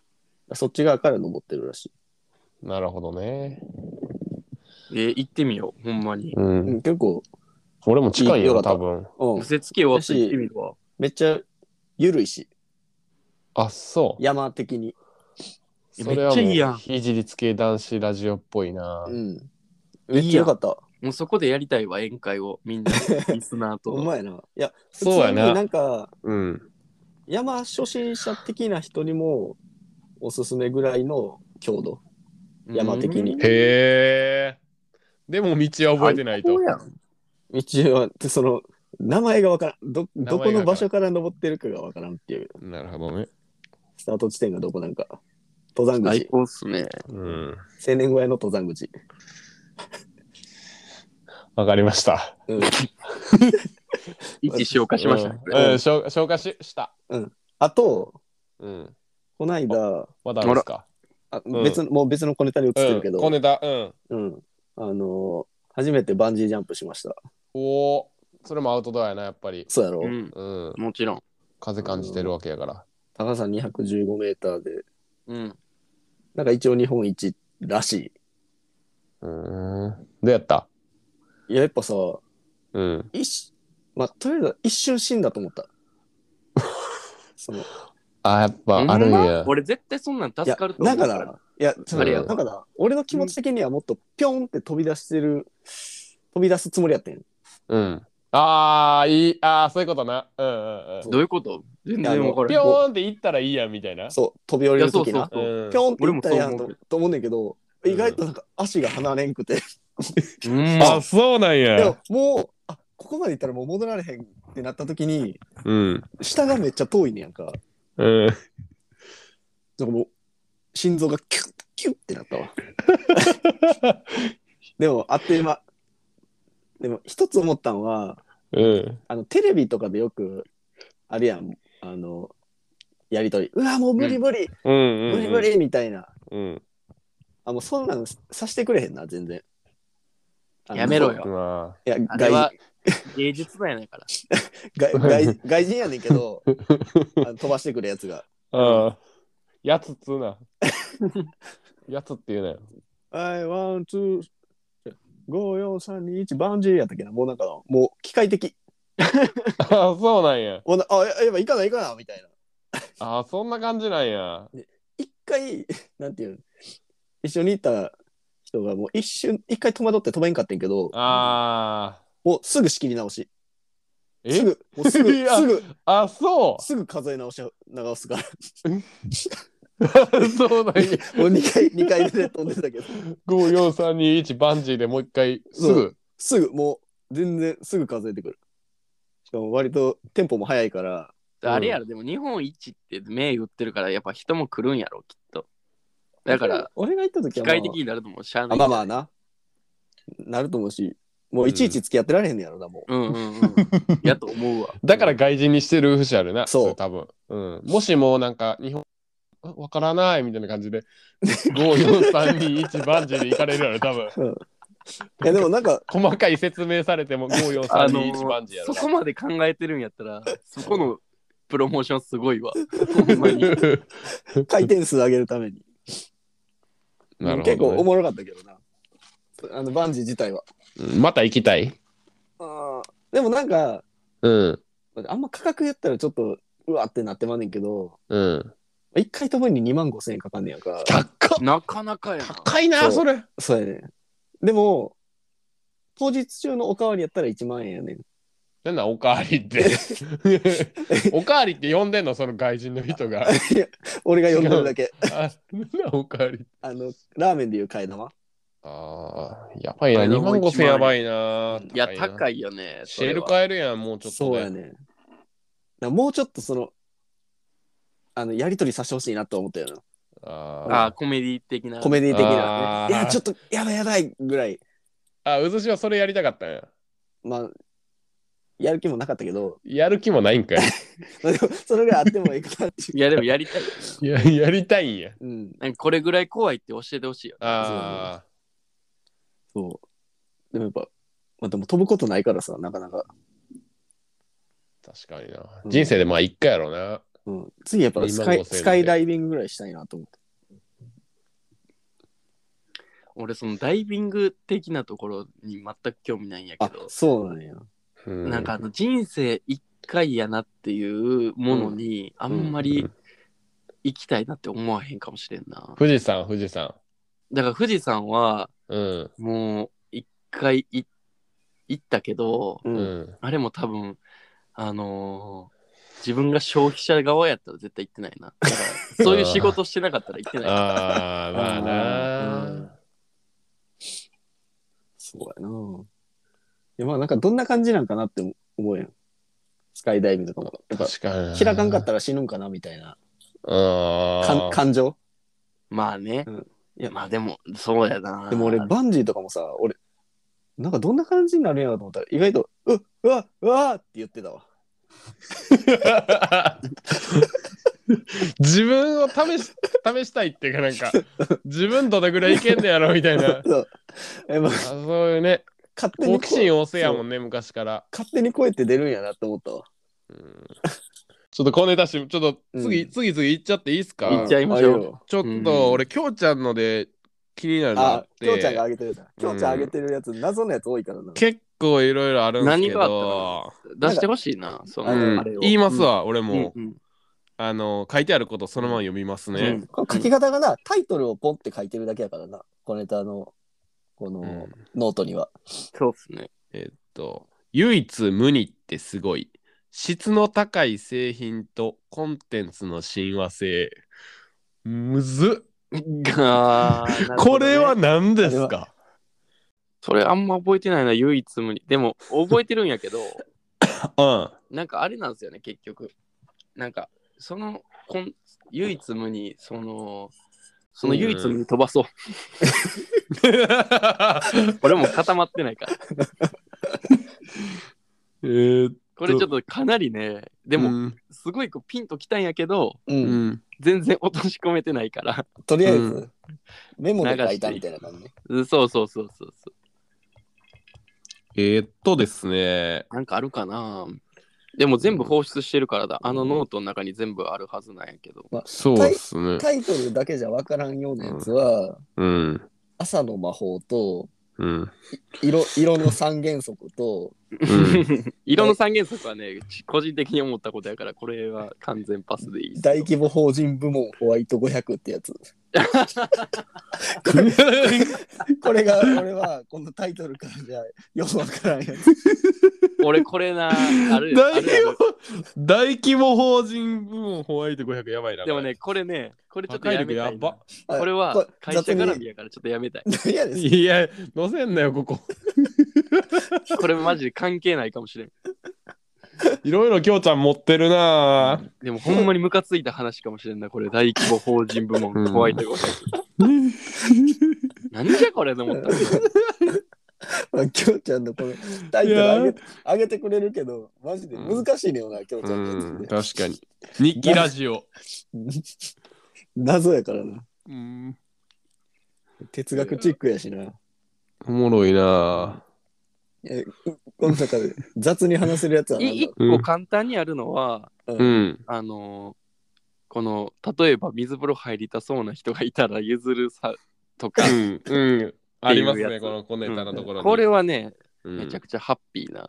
そっち側から登ってるらしい、なるほどね。ーえー行ってみよう。ほんまに。うんうん、結構、俺も近いいいよよ、かった多分。うん右折機終わって行ってみるわ。めっちゃ緩いしあ、そう。山的にいやそれはもうめっちゃいいやんひじりつけ男子ラジオっぽいなう。んめっちゃよかったもうそこでやりたいわ、宴会を。みんな、リスナー ほと。んまやな。いや、そうや普通になな。んか、うん。山初心者的な人にもおすすめぐらいの強度。山的にうんへえ。でも道は覚えてないと最高。やん道は、その、名前がわからん。ど、名前がどわからこんの場所から登ってるかがわからんっていう。なるほどね。スタート地点がどこなんか。登山最口。高っすね。うん。青年小屋の登山口。わかりました。うん。一致消化しましたね。こうんうんれ消消化しした。あと、うん。こないだ、まだあるんすか。あうん別の、もう別の小ネタに移ってうんるけど、小ネタ。うん。うん。あの初めてバンジージャンプしました。おお。それもアウトドアやな、やっぱり。そうやろ、うん、うん。もちろん。風感じてるわけやから。高さ215メーターで、うん。なんか一応日本一らしい。うーん。どうやったいや、やっぱさ、うん。一瞬、まあ、とりあえず一瞬死んだと思った。 その、いあ、やっぱあるんほんまや。俺絶対そんなん助やかる、と思なうんか。からな、いや、ちょっとあ待れっやてなんかな、俺の気持ち的にはもっとぴょんって飛び出してる、飛び出すつもりやってん。うん。ああ、いい。ああ、そういうことな。うんうんうん。どういうこと全いやあ然のわからぴない。ょーんって行ったらいいやんみたいな。そう、飛び降りる時いやな。そううんぴょんっていったらやん俺もそう思とうと思うねんけど、うん意外となんか足が離れんくて。うんあ、そうなんでもや。、もう、あここまで行ったらもう戻られへんってなった時に、うん。下がめっちゃ遠いねやんか。うん。なんかもう、心臓がキュッ、キュッってなったわ。 でも、あっという間。でも、一つ思ったのは、うん。あの、テレビとかでよく、あるやん、あの、やりとり。うわ、もう無理無理、うんうん。無理無。理、みたいな。うん。あ、もうそんなんさしてくれへんな、全然。あのやめろよまいや、あれは外芸術なんやねんから。外外外人やねんけど、あの飛ばしてくるやつが。あ。ああ。やつっつう な。やつって言うなよ。はい、ワン、ツー、五、四、三、二、一、バンジーやったっけな。もうなんかな、もう機械的。ああ、そうなんや。もうなあ、ややばい、行かない、行かない、みたいな。ああ、そんな感じなんや。一回、 なんていうの、一緒にいた人がもう一瞬、一回戸惑って飛べんかってんけど、ああ。もうすぐ仕切り直し。えすぐ、もう すぐ、いやすぐ、あ、そすぐ数え直し、流 すから。う。 そうなんや。 もう二回、二回目で飛んでたけど、五四三二一バンジーでもう一回すぐ。すぐ、もう全然すぐ数えてくる。しかも割とテンポも速いから、うんあれやろ、でも日本一って名言ってるから、やっぱ人も来るんやろ、きっと。だから、、俺が行った時機は、まあ械的になるのもしゃあなあい。まあまあな。なると思うし、もういちいち付き合ってられへんねやろな、もうんうんうん。やと思うわ。 だから外人にしてる節あるな。そうれ多分。うん。もしもなんか日本あわからないみたいな感じで五四三二一バンジーで行かれるやろ多分。う。うん、いやでもなんか、細かい説明されても五四あ三の二一バンジーやろそな。こまで考えてるんやったら、そこのプロモーションすご いわ。ほんまに。回転数上げるために。なるほどね結構おもろかったけどな。あの、バンジー自体は。うんまた行きたい。あーでもなんか、うんあんま価格言ったらちょっと、うわってなってまんねんけど、うん。一回飛ぶのに2万5千円かかんねやから。高っなかなかやな。高いなそうそれ。そうやねん。でも、当日中のおかわりやったら1万円やねん。なんなんおかわりって。 おかわりって呼んでんのその外人の人 が。いや俺が呼んでるだけ。あ、なんなんおかわりって。あの、ラーメンでいう替え玉。ああ、やばいな。あれ2も万う5000 1やばいな。いや、な高いよね。シェルい。買えるやん、もうちょっとそうで。やね。なもうちょっとその、あの、やりとりさせてほしいなと思ったよな。ああーコメディ的な。コメディ的あな、ーね。いや、ちょっと、やばいやばいぐらい。あ。あ、うずしはそれやりたかったんや。まあ、やる気もなかったけど、やる気もないん かい。まあでもそれぐらいあってもいいかなっていう。いや、でもやりたい。いや、やりたいんや。うん、なんかこれぐらい怖いって教えてほしいよ。あそう。でもやっぱ、まあでも飛ぶことないからさ、なかなか。あ、確かにな。うん人生でまあ一回やろうな。うん、次やっぱスカ2万イ5000スカイダイビングぐらいしたいなと思って。俺、そのダイビング的なところに全く興味ないんやけあど、そうなんや。うなんかあの人生一回やなっていうものに、あんまり行きたいなって思わへんかもしれんな。富士山、富士山。だから富士山は、うん。もう一回い行ったけど、う。うんん。あれも多分、あのー自分が消費者側やったら絶対行ってないな。だからそういう仕事してなかったら行ってない。 ああ、まあなうんそうやな。いやまあなんかどんな感じなんかなって思うやん。スカイダイビングとかも。やっぱ確かに。開かんかったら死ぬんかなみたいなかああ。感情まあね。うんいやまあでも、そうやな。でも俺バンジーとかもさ俺なんかどんな感じになるんやろうと思ったら意外と「うっうわっうわーって言ってた わ 自分を試し試したいっていうかなんか自分どれぐらいいけんのやろみたいなそうえ、まああ、そういうね勝手好に奇心こう旺盛やもんね昔から、勝手に声って出るんやなって思ったわうんちょっと小ネタしちょっと次、うん次次行っちゃっていいっすか行っちゃいましょうあいいよちょっと俺きょうちゃんので気になるのああっきょうちゃんがて上げてるやつきょうちゃん上げてるやつ、謎のやつ多いからな結構いろいろあるんですけ何があど出してほしいな。その、うんあれを。言いますわ、俺うん。も、うんうんあの書いてあることそのまま読みますね、うんこの書き方がなタイトルをポンって書いてるだけやからな小ネタのこの、うんノートにはそうっすね。えっと、唯一無二ってすごい。質の高い製品とコンテンツの親和性。むずっ、あーなるほこどねれは何ですかそれあんま覚えてないな、唯一無二。でも、覚えてるんやけど、うん。なんかあれなんですよね、結局。なんか、そのこん唯一無二、その、その唯一無二飛ばそう。 これもう固まってないから。えー、これちょっとかなりね、でも、も、すごいこうピンときたんやけど、う。うんん、全然落とし込めてないから。とりあえうず、メモで書いたみたいな感じね。うんそうそうそうそうそえー、っとですね、う。なんかあるかなでも全部放出してるからだ。あのノートの中に全部あるはずなんやけど。そうですね。タイトルだけじゃわからんようなやつは、うん、朝の魔法と、うん、色色の三原則と、ん色の三原則はね、ち個人的に思ったことやから、これは完全パスでいいっすよ。大規模法人部門ホワイト500って やつ。これが、俺は、このタイトルからじゃよくわからんやつ。俺これな、あるあ 大規るある模大規模法人部門ホワイト500やばいな。でもね、これね、これちょっと高いやめ力たやいなば。。あこれはこ会社絡雑みやからちょっとやめたい。に何やですいや、乗せんなよ、ここ。これマジで関係ないかもしれん。いろいろきょうちゃん持ってるなぁでもほんまにムカついた話かもしれんな、これ大規模法人部門うんホワイト500。何じゃこれと思った。ま きょうちゃんのこれ、タイトル上げ上げてくれるけど、マジで難しいねよな、きょうちゃうんのやつん、ね確かに。日記ラジオ。 謎やからな。うん、哲学チックやしな。おもろいなえこの中で雑に話せるやつはなんだい一個簡単にあるのは、ぁうん。あのーこの例えば水風呂入りたそうな人がいたら譲るさとかう。ん、うん。ありますっていうやね、つこの小ネタのところに。これはね、うん、めちゃくちゃハッピーな。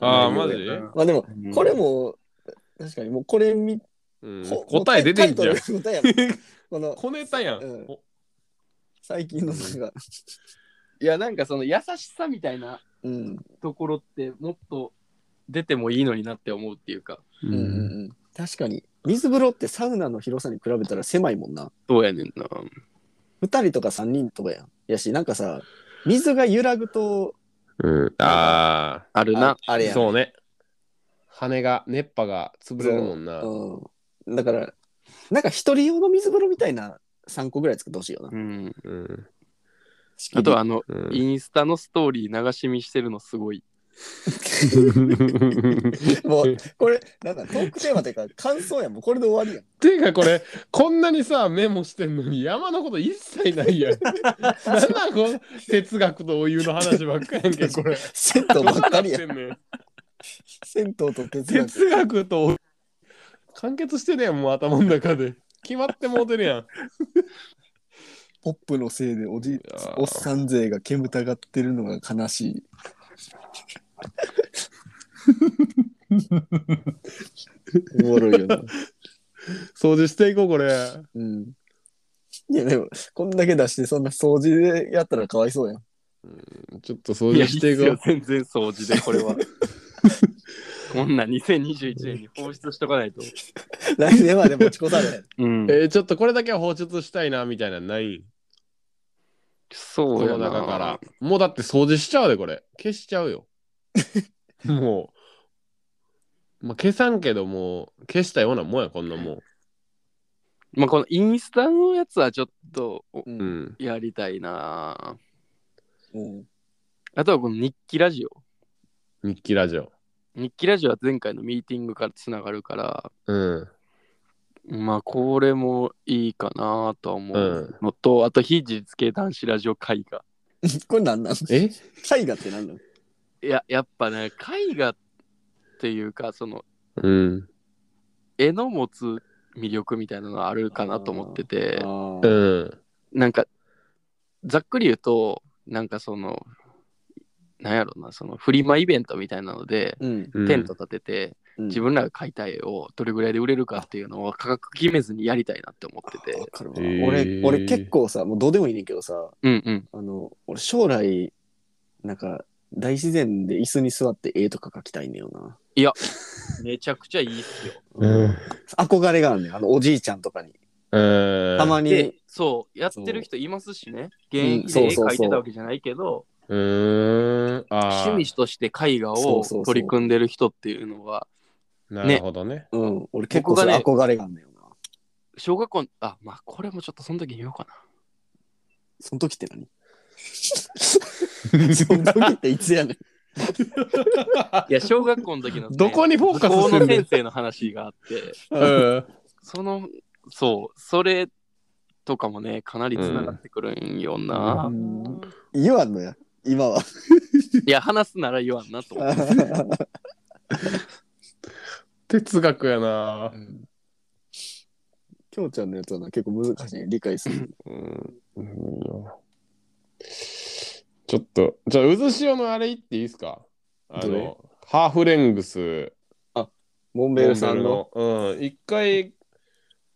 ああ、内マ容ジやまあでも、うんこれも、確かにもうこれ見、うんこ答え出てんじゃんタ。イトル答えやもんこの小ネタやん。うんお最近のなん か、いや、なんかその優しさみたいなうん、ところってもっと出てもいいのになって思うっていうか。うんうんうん。確かに、水風呂ってサウナの広さに比べたら狭いもんな。そうやねんな。 2人とか3人とかやん。やし、なんかさ、水が揺らぐと、うん、ああるあな。あれあ、やん。そうね。羽が、熱波が潰れるもんな。うん、だから、なんか一人用の水風呂みたいな3個ぐらい作ってほしいよなう。ん。うん。あとはあの、うん インスタのストーリー流し見してるのすごい。もう、これ、なんかトークテーマとい うか、感想やん。もうこれで終わりやん。ていうかこれこんなにさメモしてんのに山のこと一切ない やん。なんなんこの哲学とお湯の話ばっかりやんけこれ。銭湯ばっかりや ん。どうなってんねん銭湯と哲学。哲学とお湯完結してるやんもう頭の中で。決まってもうてるやん。ポップのせいでおじいやーおっさん勢が煙たがってるのが悲し い。おもろいよな。掃除していこうこれ。うん。いやでも、こんだけ出してそんな掃除でやったらかわいそうやん。ちょっと掃除していこう。全然掃除で、これ は。こんな2021年に放出しとかないと。来年まで持ち越されへん。うんえーちょっとこれだけは放出したいなみたいなのないこそうやのな。中から。もうだって掃除しちゃうでこれ。消しちゃうよ。 もう。まあ、消さんけどもう消したようなもんやこんなもん。まあ、このインスタのやつはちょっとおうんうん。やりたいな。うん あとはこの日記ラジオ。日記ラジオ。日記ラジオは前回のミーティングからつながるから、うん。まあこれもいいかなとは思うんうのと、あと非日系男子ラジオ絵画。これなんなんえ絵画ってなんなのいや、やっぱね、絵画っていうか、そのうん。絵の持つ魅力みたいなのがあるかなと思ってて、うあーん。なんか、ざっくり言うと、なんかその、なんやろな、そのフリマイベントみたいなので、うん。テント立てて、うん自分らが描いた絵をどれぐらいで売れるかっていうのを価格決めずにやりたいなって思っててわ。かるわ。へー俺、俺結構さ、もうどうでもいいねんけどさ、うんうん。あの、俺将来、なんか、大自然で椅子に座って絵とか描きたいんだよな。めちゃくちゃいいっ すよ。うん。憧れがあるねんあの、おじいちゃんとかに。うん。たまでに、、そう、やってる人いますしね。現役で絵そうそう描そういてたわけじゃないけど、うーん。ああ。趣味として絵画そうをそうそう取り組んでる人っていうのは、なるほどね。うん、俺結構僕そがれね憧れがあるんだよな。小学校、あ、まあこれもちょっとその時言おうかな。その時っ て何その時っていつやねん。いや、小学校の時の、 どこにフォーカス高す校のる先生の話があって、うん。その、そう、それとかもね、かなりつながってくるんよな。言わんのや、今 は。いや、話すなら言わんな と思って。哲学やなきょうちゃんのやつはな結構難しい。理解する。うん。うんちょっと、じゃあ、渦潮のあれ言っていいですかあどれの、ハーフレングス、モンベルさんの。モンベルの。うん。一回、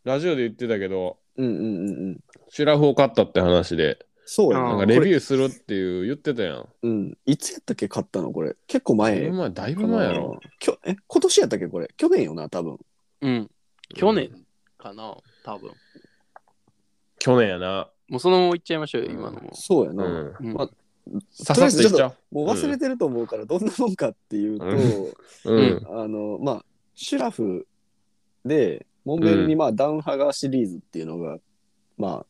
ラジオで言ってたけど、うんうんうんうん。シュラフを買ったって話で、そうやあーなんかな。レこれビューするっていう言ってたやん。うん。いつやったっけ買ったのこれ。結構だい前ぶ。前、だいぶ前やろ。きょえ今年やったっけこれ。去年よな、多分。うん。去年かな、多分。去年やな。もうそのまま言っちゃいましょうよ、今のも。そうやうな。ん。うんまあささっといっちゃもう忘れてると思うから、どんなもんかっていうと、おう。うん。 あの、まあ、シュラフで、モンベルに、まあ、ダウンハガーシリーズっていうのが、ま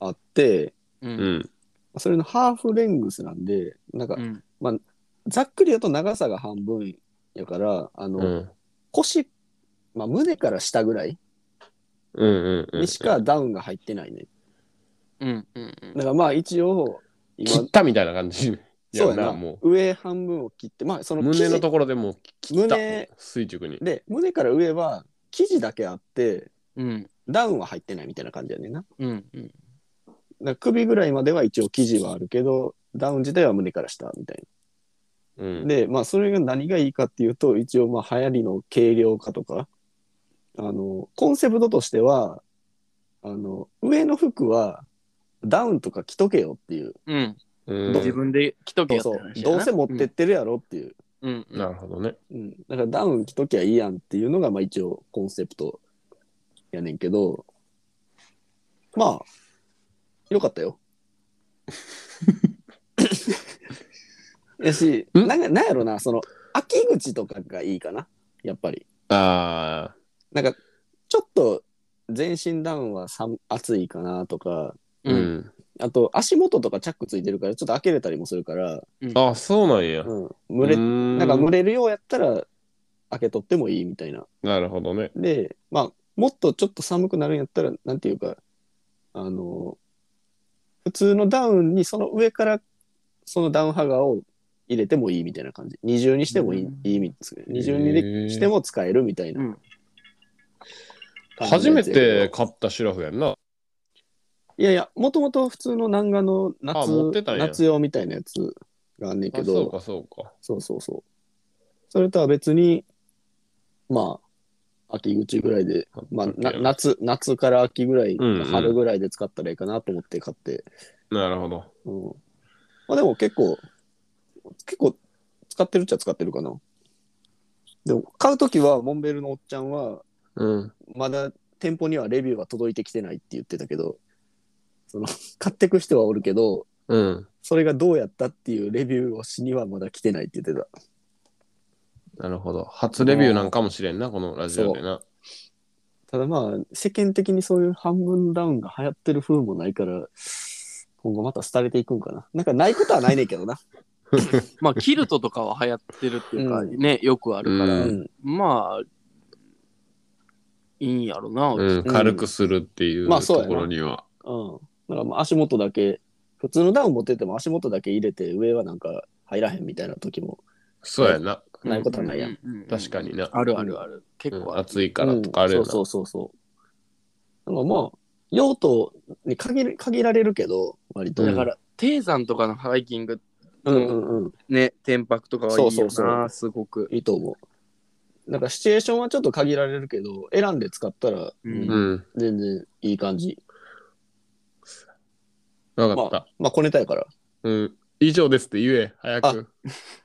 あ、あって、うう。んん。それのハーフレングスなんで、なんかう、ん。ざっくり言うと長さが半分やから、あの、うん。腰、まあ、胸から下ぐらいうんうんうん。にしかダウンが入ってないね。うん。うんだからまあ、一応、今、切ったみたいな感じ。そうやな、も上半分を切って、まあ、そのう。生地胸のところでもう切った胸。垂直に。で、胸から上は生地だけあって、うん。ダウンは入ってないみたいな感じやねんな。うん。うん。だから首ぐらいまでは一応生地はあるけど、ダウン自体は胸から下みたいうな。ん。で、まあ、それが何がいいかっていうと、一応、まあ、流行りの軽量化とか、あの、コンセプトとしては、あの、上の服はダウンとか着とけよっていう、うん。うん自分で着とけそうやってそう話やなどうせ持ってっ。てるやろっていう、うん。うんなるほどね。うん、だからダウン着ときゃいいやんっていうのが、まあ、一応コンセプトやねんけど、まあ、よかったよ。 やし、んなんかなんやろな、その、秋口とかがいいかな、やっぱり。あなんか、ちょっと全身ダウンは寒暑いかなとか、あ。うん。。あと足元とかチャックついてるから、ちょっと開けれたりもするから、あ、そうなんや。うん、蒸れ、ななんか蒸れるようやったら、開けとってもいいみたいな。なるほどね。で、まあ、もっとちょっと寒くなるんやったら、なんていうか、あの、普通のダウンにその上からそのダウンハガーを入れてもいいみたいな感じ。二重にしてもいい、うんいいみ二重にでへーしても使えるみたいなうん感じ初のやめつやけどて買ったシュラフやんな。いやいや、もともと普通の南画のあ夏持ってたんや夏用みたいなやつがあんねんけあ、ど、そうかそうか。そうそうそう。それとは別に、まあ、秋口ぐらいで、まあ、な夏、夏から秋ぐらい、うんうん春ぐらいで使ったらいいかなと思って買って、なるほど。うん。まあでも結構、結構使ってるっちゃ使ってるかな。でも、買うときは、モンベルのおっちゃんは、うん。まだ店舗にはレビューが届いてきてないって言ってたけど、その、 買ってく人はおるけど、うん。それがどうやったっていうレビューをしにはまだ来てないって言ってた。なるほど。初レビューなんかもしれんな、このラジオでな。ただまあ、世間的にそういう半分ダウンが流行ってる風もないから、今後また廃れていくんかな。なんかないことはないねんけどな。まあ、キルトとかは流行ってるっていうか、うんね、よくあるから、う うんん。まあ、いいんやろな。うん。軽くするっていうまあとそうやなころには。うん。だからまあ足元だけ、普通のダウン持ってても足元だけ入れて上はなんか入らへんみたいな時もそうやな。ないことはないやん。うんうんうん確かになあるあるある。結構ある。暑いからとかあるうよんな。そうそうそうそう。だからまあ、用途に限る限られるけど、割と。うんだから、低山とかのハイキング、うんうんうん。ね、天白とかはいいよな、そうそうそうすごく。いいと思う。なんかシチュエーションはちょっと限られるけど、選んで使ったらうんうん。全然いい感じ。わかまったあ。、まあ小ネタやから。うん。以上ですって言え、早く。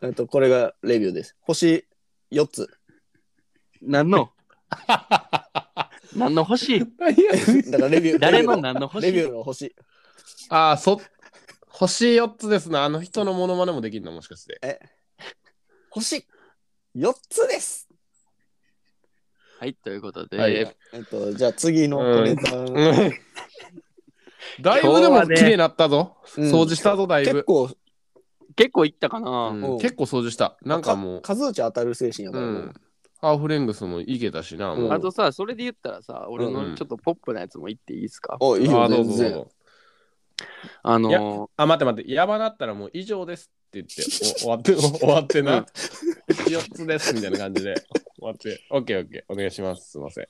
えっと、これがレビューです。星4つ。 何の何の欲 しいだからレビュー。誰の何の欲しレビュいーの星。ああ、そ、星4つですな。あの人のモノマネもできるの、もしかして。星4つです。はい、ということで、はいえっと、じゃあ次のうんネタ、だいぶで今日もはね綺麗になったぞ。うん掃除したぞ、だいぶ結。構、結構いったかな、うん結構掃除した。なんかもう、数打ち当たる精神やかうら、ん。ハーフレングスもいけたしな、もう。うんあとさ、それで言ったらさ、俺うんうのんちょっとポップなやつも言っていいですか、おいいあよーどうぞ全どう然ぞ。あいやのあ、待って待って、山だったらもう以上ですって言って、お 終わって、終わってう。なん4つですみたいな感じで。終わって。オッケーオッケー。お願いします。すいません。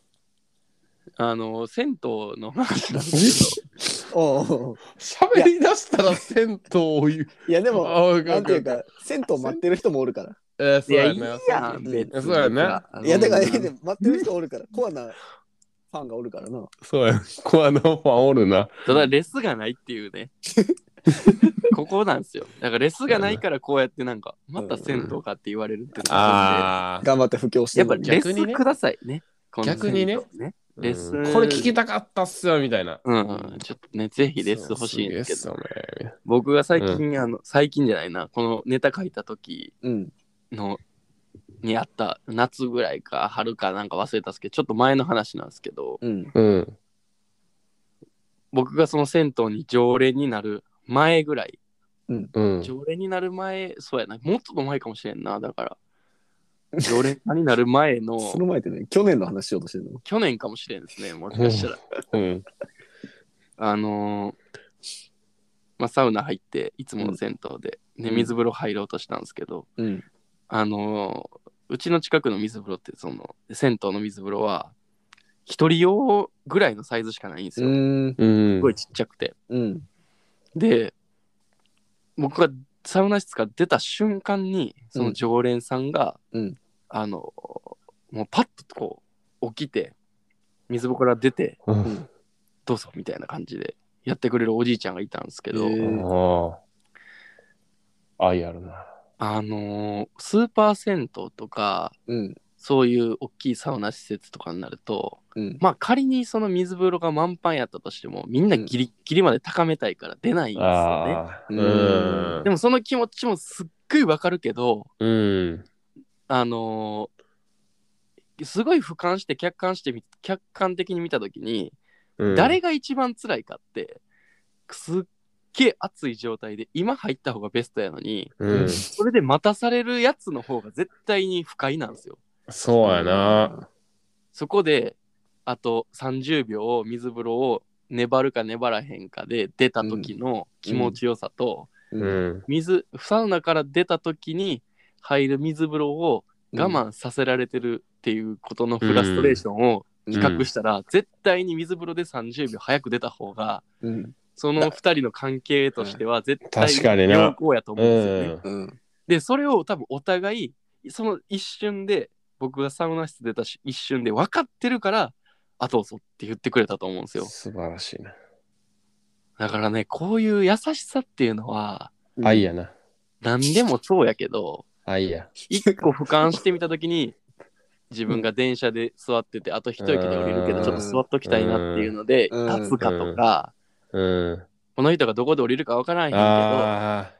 あの、銭湯の話なんですけ おうおう喋り出したら銭湯を言う。いやでもあーなんていうか銭湯待ってる人もおるからえー、そど。ういや、やいいな。やん、うん別に。そうやねあのいやだかうら、んでも待ってる人おるからコアなファンがおるからなそうや。コアのファンおるな。ただレスがないってい うね。ここなんですよ。だからレスがないからこうやってなんか、また銭湯かって言われるっていうのがあああ。頑張って布教してるんでるのにやっぱ逆レにスねくださいね。この銭湯逆にね。レッスンうんこれ聞きたかったっすよ、みたいな。うん、うんちょっとね、ぜひレス欲しいんですけど、そうすげえっすよねみたいな僕が最近、あの、最近じゃないな、このネタ書いた時うんの、にあった夏ぐらいか春かなんか忘れたんですけど、ちょっと前の話なんですけど、うんうん。僕がその銭湯に常連になる前ぐらいうん。常連になる前、そうやな、もっと前かもしれんな、だから。常連さんになる前の、 その前ってね去年の話しようとしてるの去年かもしれんですね、もしかしたら。うん。あのーまあ、サウナ入って、いつもの銭湯で、ね、うん水風呂入ろうとしたんですけど、うんあのーうちの近くの水風呂って、その、銭湯の水風呂は、一人用ぐらいのサイズしかないんですうよ。うんん。すごいちっちゃくて。うんで僕がサウナ室から出た瞬間にその常連さんが、うんあのもうパッとこう起きて水ぼから出てうんどうぞみたいな感じでやってくれるおじいちゃんがいたんですけど、へえああ。愛あるな。あのスーパー銭湯とかうんそういう大きいサウナ施設とかになるとうんまあ仮にその水風呂が満帆やったとしてもみんなギリッギリまで高めたいから出ないんですよね。ああ。ううんんで。もその気持ちもすっごいわかるけど、うん。あのーすごい俯瞰して客観してみ客観的に見た時に、うん誰が一番辛いかってすっげえ熱い状態で今入った方がベストやのにうん。それで待たされるやつの方が絶対に不快なんですよ。そうやな。そこであと30秒水風呂を粘るか粘らへんかで出た時の気持ちよさと、ううんん。水サウナから出た時に入る水風呂を我慢させられてるっていうことのフラストレーションを比較したら、絶対に水風呂で30秒早く出た方がうんその2人の関係としては絶確かに対な良好やと思ううんですん。よね。うんでそれを多分お互いその一瞬で僕がサウナ室出たし一瞬で分かってるからあどうぞって言ってくれたと思うんですよ素晴らしいな。だからねこういう優しさっていうのは愛やな。何でもそうやけど愛や。一個俯瞰してみたときに自分が電車で座っててあと一息で降りるけうどんちょっと座っときたいなっていうのでうん立つかとかうん。この人がどこで降りるかわからんへんけどああ。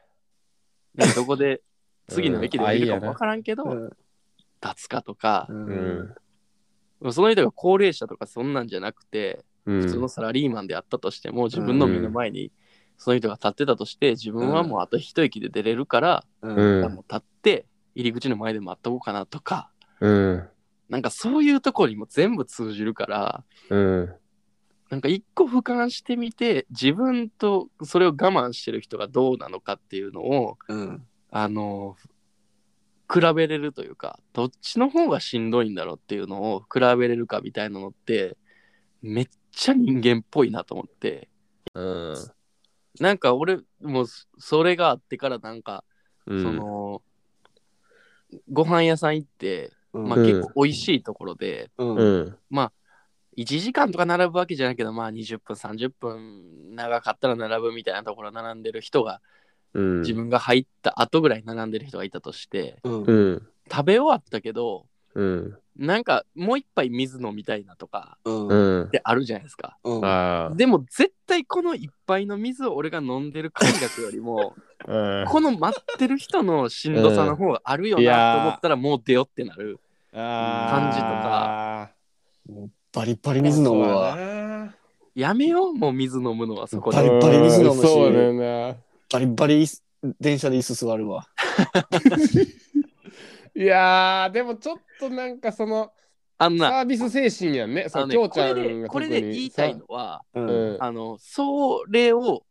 ねどこで次の駅で降りるかもわからんけうどん立つかとかううんん。その人が高齢者とかそんなんじゃなくてう普通のん。サラリーマンであったとしても自分の目の前にその人が立ってたとして自分はもうあと一息で出れるからうんうんもう立って入り口の前で待っとこうかなとかうん。なんかそういうとこにも全部通じるからうん。なんか一個俯瞰してみて自分とそれを我慢してる人がどうなのかっていうのをうんあの比べれるというかどっちの方がしんどいんだろうっていうのを比べれるかみたいなのってめっちゃ人間っぽいなと思ってうん。なんか俺もそそれがあってからなんか、うんそのご飯屋さん行って、まあ、うん結構美味しいところで、うんううんん。 1時間とか並ぶわけじゃないけどまあ20分30分長かったら並ぶみたいなところ並んでる人がうん。自分が入った後ぐらい並んでる人がいたとしてうんうん。食べ終わったけどうん。なんかもう一杯水飲みたいなとかうんうんっ。てあるじゃないですかうんあでも絶対この一杯の水を俺が飲んでる感覚よりも あ。この待ってる人のしんどさの方があるよなと思ったらもう出よってなる感感じとかもうバリバリ水飲むわ。わ。やめよう、もう水飲むのはそこバリで。バリ水飲むしそうだよね。バリバリ椅子電車で椅子座るわ。いやー、でもちょっとなんかそのあんな、サービス精神やんね。そあののね、きょうこちゃれんが特で、にこれで言いたいのは、うさ。んうん。あの、それを、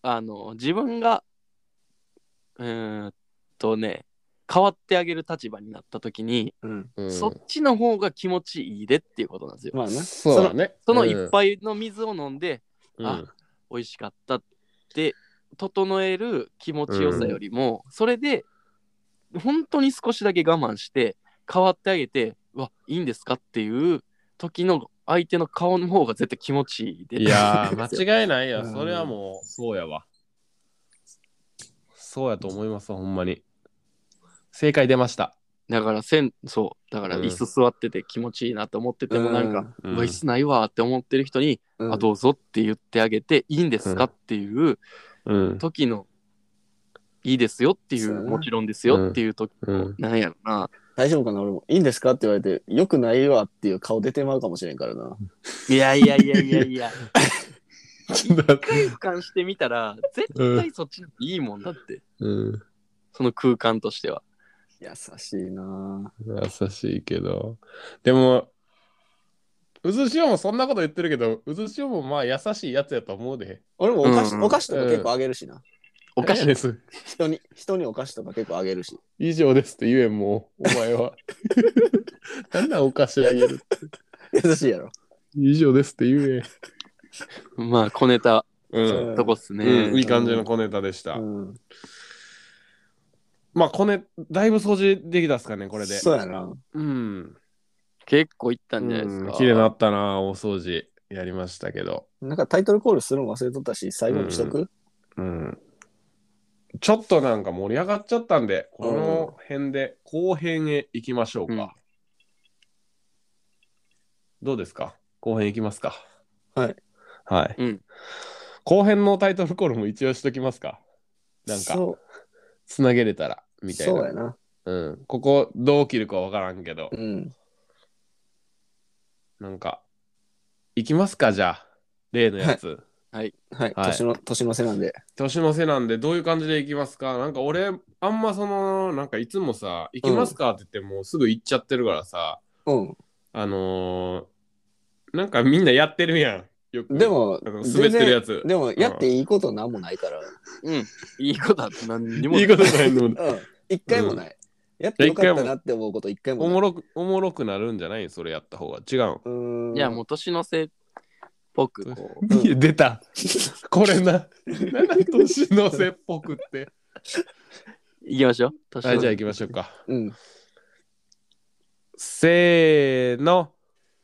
あの、自分が、うーんとね、変わってあげる立場になった時に、うんうんそっちの方が気持ちいいでっていうことなんですよ。まあな。そうだね。そのうん一、杯の水を飲んで、うんあ美味しかったって整える気持ちよさよりも、それで本当に少しだけ我慢して変わってあげてうわいいんですかっていう時の相手の顔の方が絶対気持ちいいでいやー、間違いないや。うんそれはもう、そうやわ。そうやと思いますわ、ほんまに。正解出ました。だからせんそうだからうん椅子座ってて気持ちいいなと思っててもなんか、ううんわ椅子ないわって思ってる人に、うん、あどうぞって言ってあげていいんですかっていううん。時の、いいですよっていそううやなもちろんですよっていう時、うんなんやろな大丈夫かな俺も。いいんですかって言われて、よくないわっていう顔出てまうかもしれんからな。いやいやいやいやいや。ちょっと待って空間してみ たら、絶対そっちの方がいいもんだって。うん。その空間としては。優しいな優しいけど。でも、うずしおもそんなこと言ってるけど、うずしおもまあ優しいやつやと思うで。俺もお菓子、うんお菓子とか結構あげるしな。おか何しやい。です。人に、人にお菓子とか結構あげるし。以上ですって言えんもう、お前 は。なんなんお菓子あげる。優しいやろ。以上ですって言え。まあ、小ネタうん。とこっすね。うん、いい感じの小ネタでした。うん、まあ、こね、だいぶ掃除できたっすかね、これで。そうやな。うん。結構いったんじゃないですうんか。綺麗になったな、大掃除。やりましたけど。なんかタイトルコールするの忘れとったし、最後にしとく、うん。ちょっとなんか盛り上がっちゃったんで、この辺で後編へ行きましょうか。うんどうですか後編行きますか。はい。はい。うん後編のタイトルコールも一応しときますか。なんか、そうつなげれたら、みたいそうな。やな。うん。ここ、どう切るかわからんけど。うん。なんか、行きますか、じゃあ、例のやつ。はい。はい年の、年の瀬なんで。年の瀬なんで、どういう感じで行きますかなんか俺、あんまその、なんかいつもさ、行きますかって言ってもうすぐ行っちゃってるからさ、うん。あのー、なんかみんなやってるやん。よくで、もあの、滑ってるやつ。つ。でも、やっていいことなんもないから。うん。いいことは何にもいいことないの に。うん。一回もない。やってよかったなって思うこと一回もおない。もろく、おもろくなるんじゃないそれやった方が。違う。うーん。いや、もう年の瀬っぽくこう。うんいや出た。 これな。なんだ年の瀬っぽくって。いきましょう。年 はい、のじゃあ瀬。行きましょうか。うん。せーの。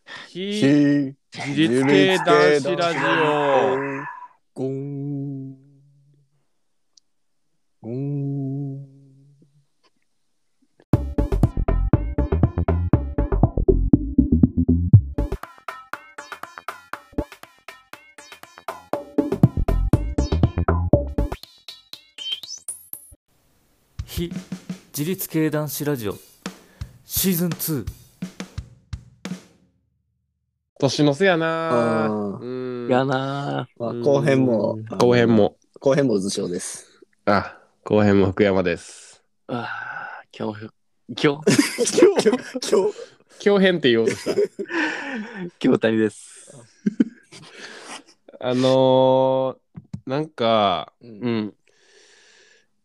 ひひ自立系男子ラジオ。ゴン。ゴン。非自立系男子ラジオシーズン2年の瀬やあなーうんやなまあ、後編もうん。後編。も。後編もうずしおです。あ、後編も福山です。ぁ。あー今日、 今今日、今日。後編って言おうとした。日、京谷です。あのー、なんか、う。うんん。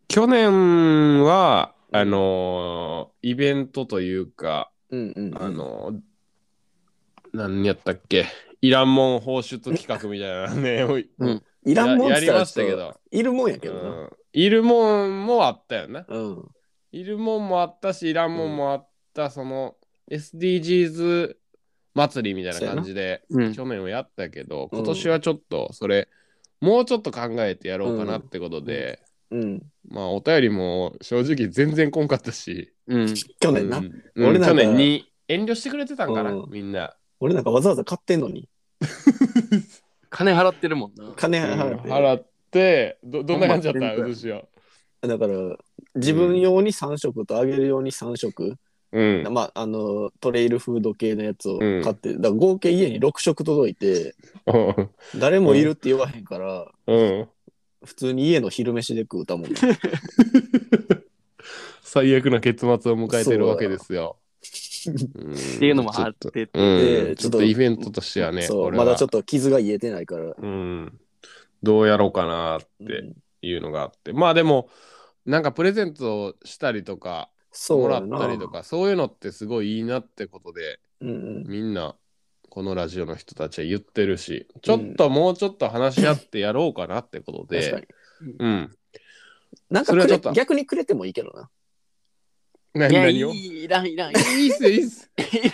去年は、うんあのー、イベントというか、うん。うん。あ、のー、何やったっけいらんもん放出企画みたいなね、おいいらんもんややっつっりたまらしちたょっけと、ど、いるもんやけうどな。ん、いるもんもあったよな。うん。いるもんもあったし、いらんもんもあった、その SDGs 祭りみたいな感じで、うん。去年はやったけど、うん今年はちょっとそれ、もうちょっと考えてやろうかなってことで、うん。まあお便りも正直全然こんかったし、うん。去う年な。んうん俺な去んか年に遠慮してくれてたんかな、うんみんな。俺なんかわざわざ買ってんのに。金払ってるもんな。金うん払って。払って、どどんな感じだっほんまた全然うずしは。だから自分用に3食とあげる用に3食うん。まあ、あの、トレイルフード系のやつをうん買って、だから合計家に6食届いて、うん 誰もいるって言わへんから、うん。普通に家の昼飯で食うたもん。最悪な結末を迎えてるわけですよ。っっていうのもあっちょっとて、うでん、ちちょょっっととイベントとしてはね、そう、俺はまだちょっと傷が癒えてないから。うん、どうやろうかなっうんていうのがあって、まあでもなんかプレゼントをしたりとかそもうらやっなたりとかそういうのってすごいいいなってことでうんうんみんなこのラジオの人たちは言ってるしちょっともうちょっと話し合ってやろうかなってこと確かでに。うんなんそかれはくちょっれと逆にくれてもいいけどな。何いや、い何をい、いらん、いらん、 いいいっすよいいっす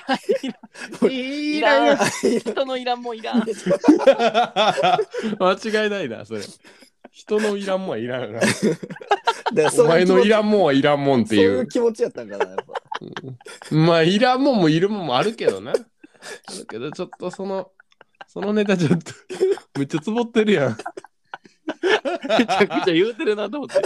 らん、いらんいいいならん よ人のいらんもんいら ん。間違いないなそれ人のいらんもんはいらんよなだからお前のいんっらんもんはいらんもんってそいういうう気持ちやったんかな、やっぱ。 まあいらんもんもいるもんもあるけどな。あるけどちょっとそのそのネタちょっとめっちゃつぼってるやん。めちゃくちゃ言うてるなと思って。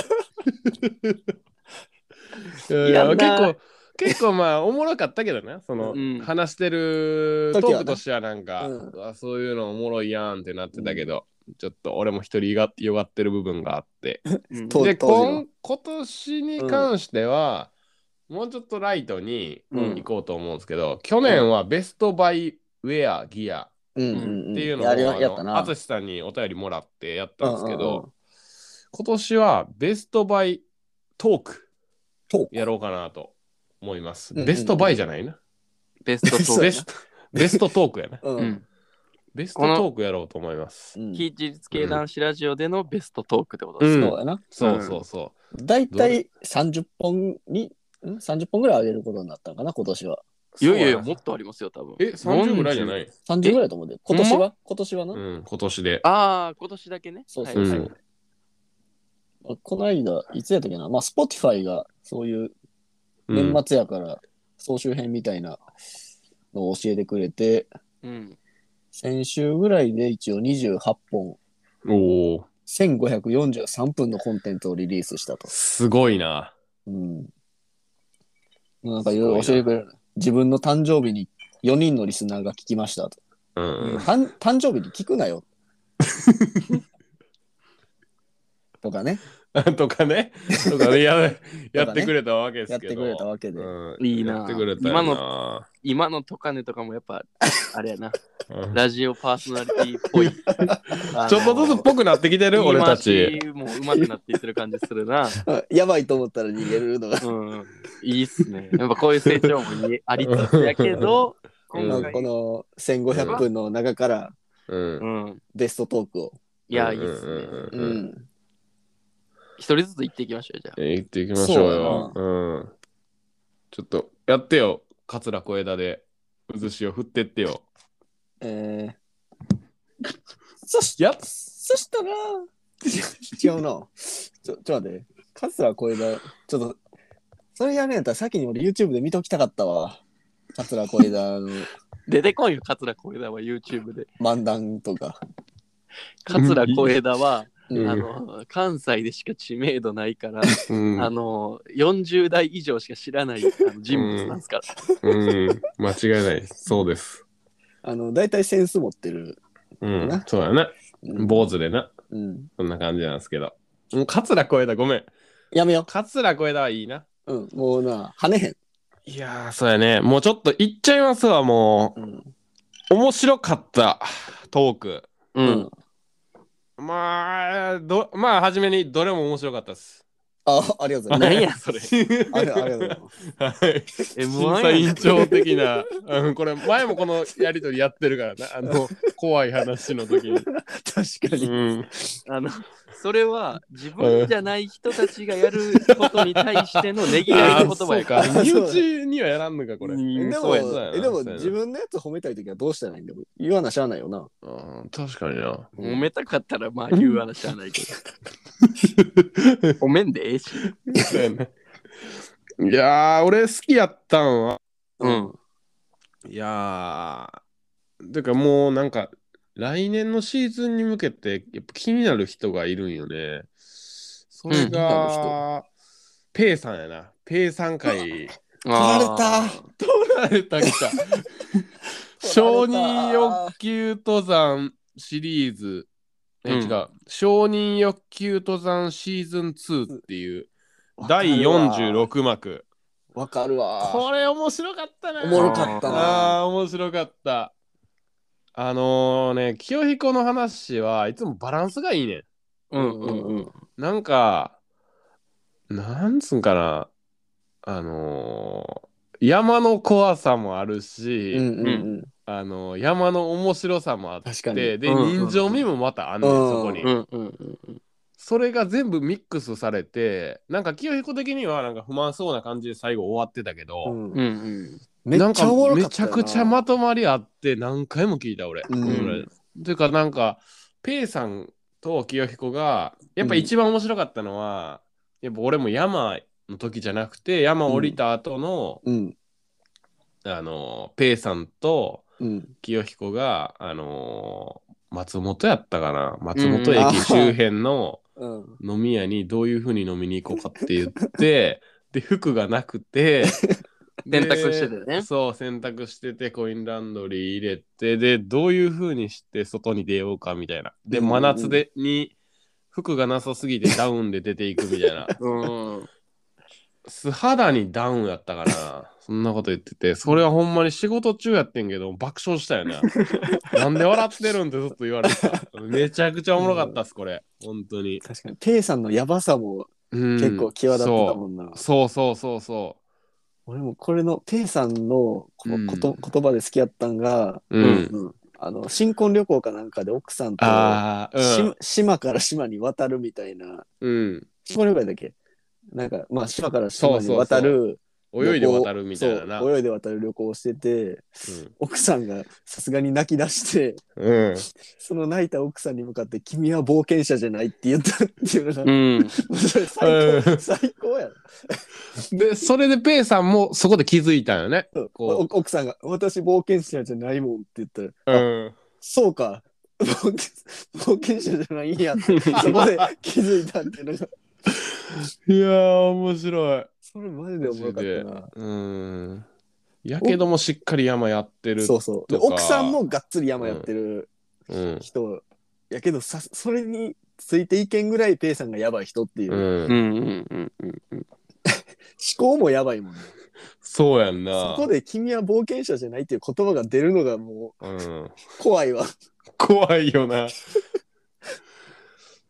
いやいややん結な構結構まあおもろかったけどなその、うん話してるト時はなークとしてはなんか、うんうわそういうのおもろいやんってなってたけど、ちょっと俺も一人がよがってる部分があって。うんと当で当時の今今年に関しては、もうちょっとライトにうん行こうと思うんですけど、去年はベストバイウェアギアうんうんうん。っていうのをやありやったのな。淳さんにお便りもらってやったんですけうんうんうんど今年はベストバイトークトークやろうかなと思いますうんうんベストバイじゃないなベストトークベストベストトークや なう。うんん。ベストトークやろうと思いますうん非自立系男子ラジオでのベストトークってことですうんね。そうやな。そうそうそ大体30本に、ん ?30 本ぐらい上げることになったのかな、今年は。ういやいやいや、そうもっとありますよ、多分。え30ぐらいじゃない30ぐらいだと思うんだよ。今年は今年はな、うん今年でああ、今年だけね。そうはいそうそう。はいこの間、いつやったっけな、まあ、Spotify がそういううん年末やから総集編みたいなのを教えてくれて、うん。先週ぐらいで一応28本、おお1543分のコンテンツをリリースしたと。すごいなうん。なんかいろいろ教えてくれる。自分の誕生日に4人のリスナーが聞きましたと。うん誕誕生日に聞くなよ。 とかね、 とかねとかねややってくれたわけですやっけてどくれたわけで。うんいいなやってくれた今の今のトカネとかもやっぱ、あれやな、ラジオパーソナリティっ ぽい。ちょっとずつっぽくなってきて言るい俺た回ちしもうまくなっていってる感じするな。 やばいと思ったら逃げるのが。うん。いいっすね。やっぱこういう成長もいいありつつやけど、うん今回こ、の1500分の中からうんうん。ベストトークを。いや、ういんいっすね。うんううんうんん。一人ずつ行っていきましょう、じゃあ。え行っていきましょうよそううんちょっとやってよ桂小枝で渦潮振ってってよえー、そしやっそしたら、違うな。ちょ、ちょ待って。桂小枝、ちょっと、それやるんやったら先に俺 YouTube で見ときたかったわ。桂小枝の出てこいよ、桂小枝は YouTube で。漫談とか。桂小枝は、うんあの、関西でしか知名度ないから、うんあの、40代以上しか知らないあの人物なんですから。うん間違いないそうですあの、大体センス持ってる。うんそうやなうん。坊主でなうん、そんな感じなんですけどうん桂小枝ごめんやめよ桂小枝はいいなう。うん。もうな、跳ねへん。いやーそうやねもうちょっと行っちゃいますわもうん。う面白かったトークう。。うんまあどまあ初めにどれも面白かったですあ、ありがとうございます。何やそれありありがと うございます。はい、審査 M1 委や員ん長的な、うん、これ前もこのやりとりやってるからなあの怖い話の時に、確かに。うん、あのそれは自分じゃない人たちがやることに対してのねぎらいの言葉やかあらーそうか身内にはやらんのかこれ、うんでそうもやそうや、なえでもそうやな自分のやつ褒めたいときはどうしたらいいんだろう言わなしゃあないよな。うん、確かにな揉めたかったらまあ言う話はないけど褒めんでええしそうやないやー俺好きやったんはうんいやー、てかもうなんか、来年のシーズンに向けて、やっぱ気になる人がいるんよね。 それが、ペイさんやな。ペイさん会あー取られたきた。 承認欲求登山シリーズ。え、うん違う。承認欲求登山シーズン2っていうわかるわ第46幕。わかるわこれ面白かったな。おもろかったなああ、面白かった。あのね、清彦の話はいつもバランスがいいねん。うんうんうん。なんか、なんつうんかな、あのー山の怖さもあるし、うんうんうんあのー山の面白さもあって、確かにで、うんうんうん人情味もまたあんねん、うんそこに、うんうんうんそれが全部ミックスされて、なんか清彦的にはなんか不満そうな感じで最後終わってたけど、うんうんうんめなんっちかゃおもろかめっちたゃよくなちゃまとまりあって何回も聞いた俺。うんうん、というかなんかペイさんと清彦がやっぱ一番面白かったのは、やっぱ俺も山の時じゃなくて山降りた後の、うんあのペイさんとうん清彦があの松本やったかな松本駅周辺のうん飲み屋にどういうふうに飲みに行こうかって言 ってで服がなくてで選択してたよねそう選択しててコインランドリー入れてでどういうふうにして外に出ようかみたいなでうんうんう真ん夏でに服がなさすぎてダウンで出ていくみたい なうん素肌にダウンやったかなそんなこと言っててそれはほんまに仕事中やってんけど爆笑した よねなんで笑ってるんってずっと言われてためちゃくちゃおもろかったっすこれ本当に、確かにペイさんのやばさもうん結構際立ってそたうもんなそうそうそうそ俺もこれのペイさんのこうんこと言葉で好きやったんがう。うん。うんあの新婚旅行かなんかで奥さんとああ、うん島島から島に渡るみたいなうん。新婚旅行やったっけなんかまあ島からそ島うにそうそう渡る泳いで渡るみたいなな。そう泳いで渡る旅行をしててうん奥さんがさすがに泣き出してうん。その泣いた奥さんに向かって「君は冒険者じゃない」って言った っていうのうが、んそれ最う高ん最高やろで、それでペイさんもそこで気づいたよね。そうこうお奥さんが「私冒険者じゃないもん」って言ったら「うん。そうか冒険冒険者じゃないんや」 ってそこで気づいたっていうのがいやー、面白い。それマジでおもろかっうん。やけどもしっかり山やってる。たなそうそうでとか奥さんもがっつり山やってるうん。人、やけどさそれについていけんぐらいペイさんがやばい人っていう、う思ん。うんうんうんうん考もやばいもんねそうやんなそ。こで「君は冒険者じゃない」っていう言葉が出るのがもうん。う怖いわ怖いよ な。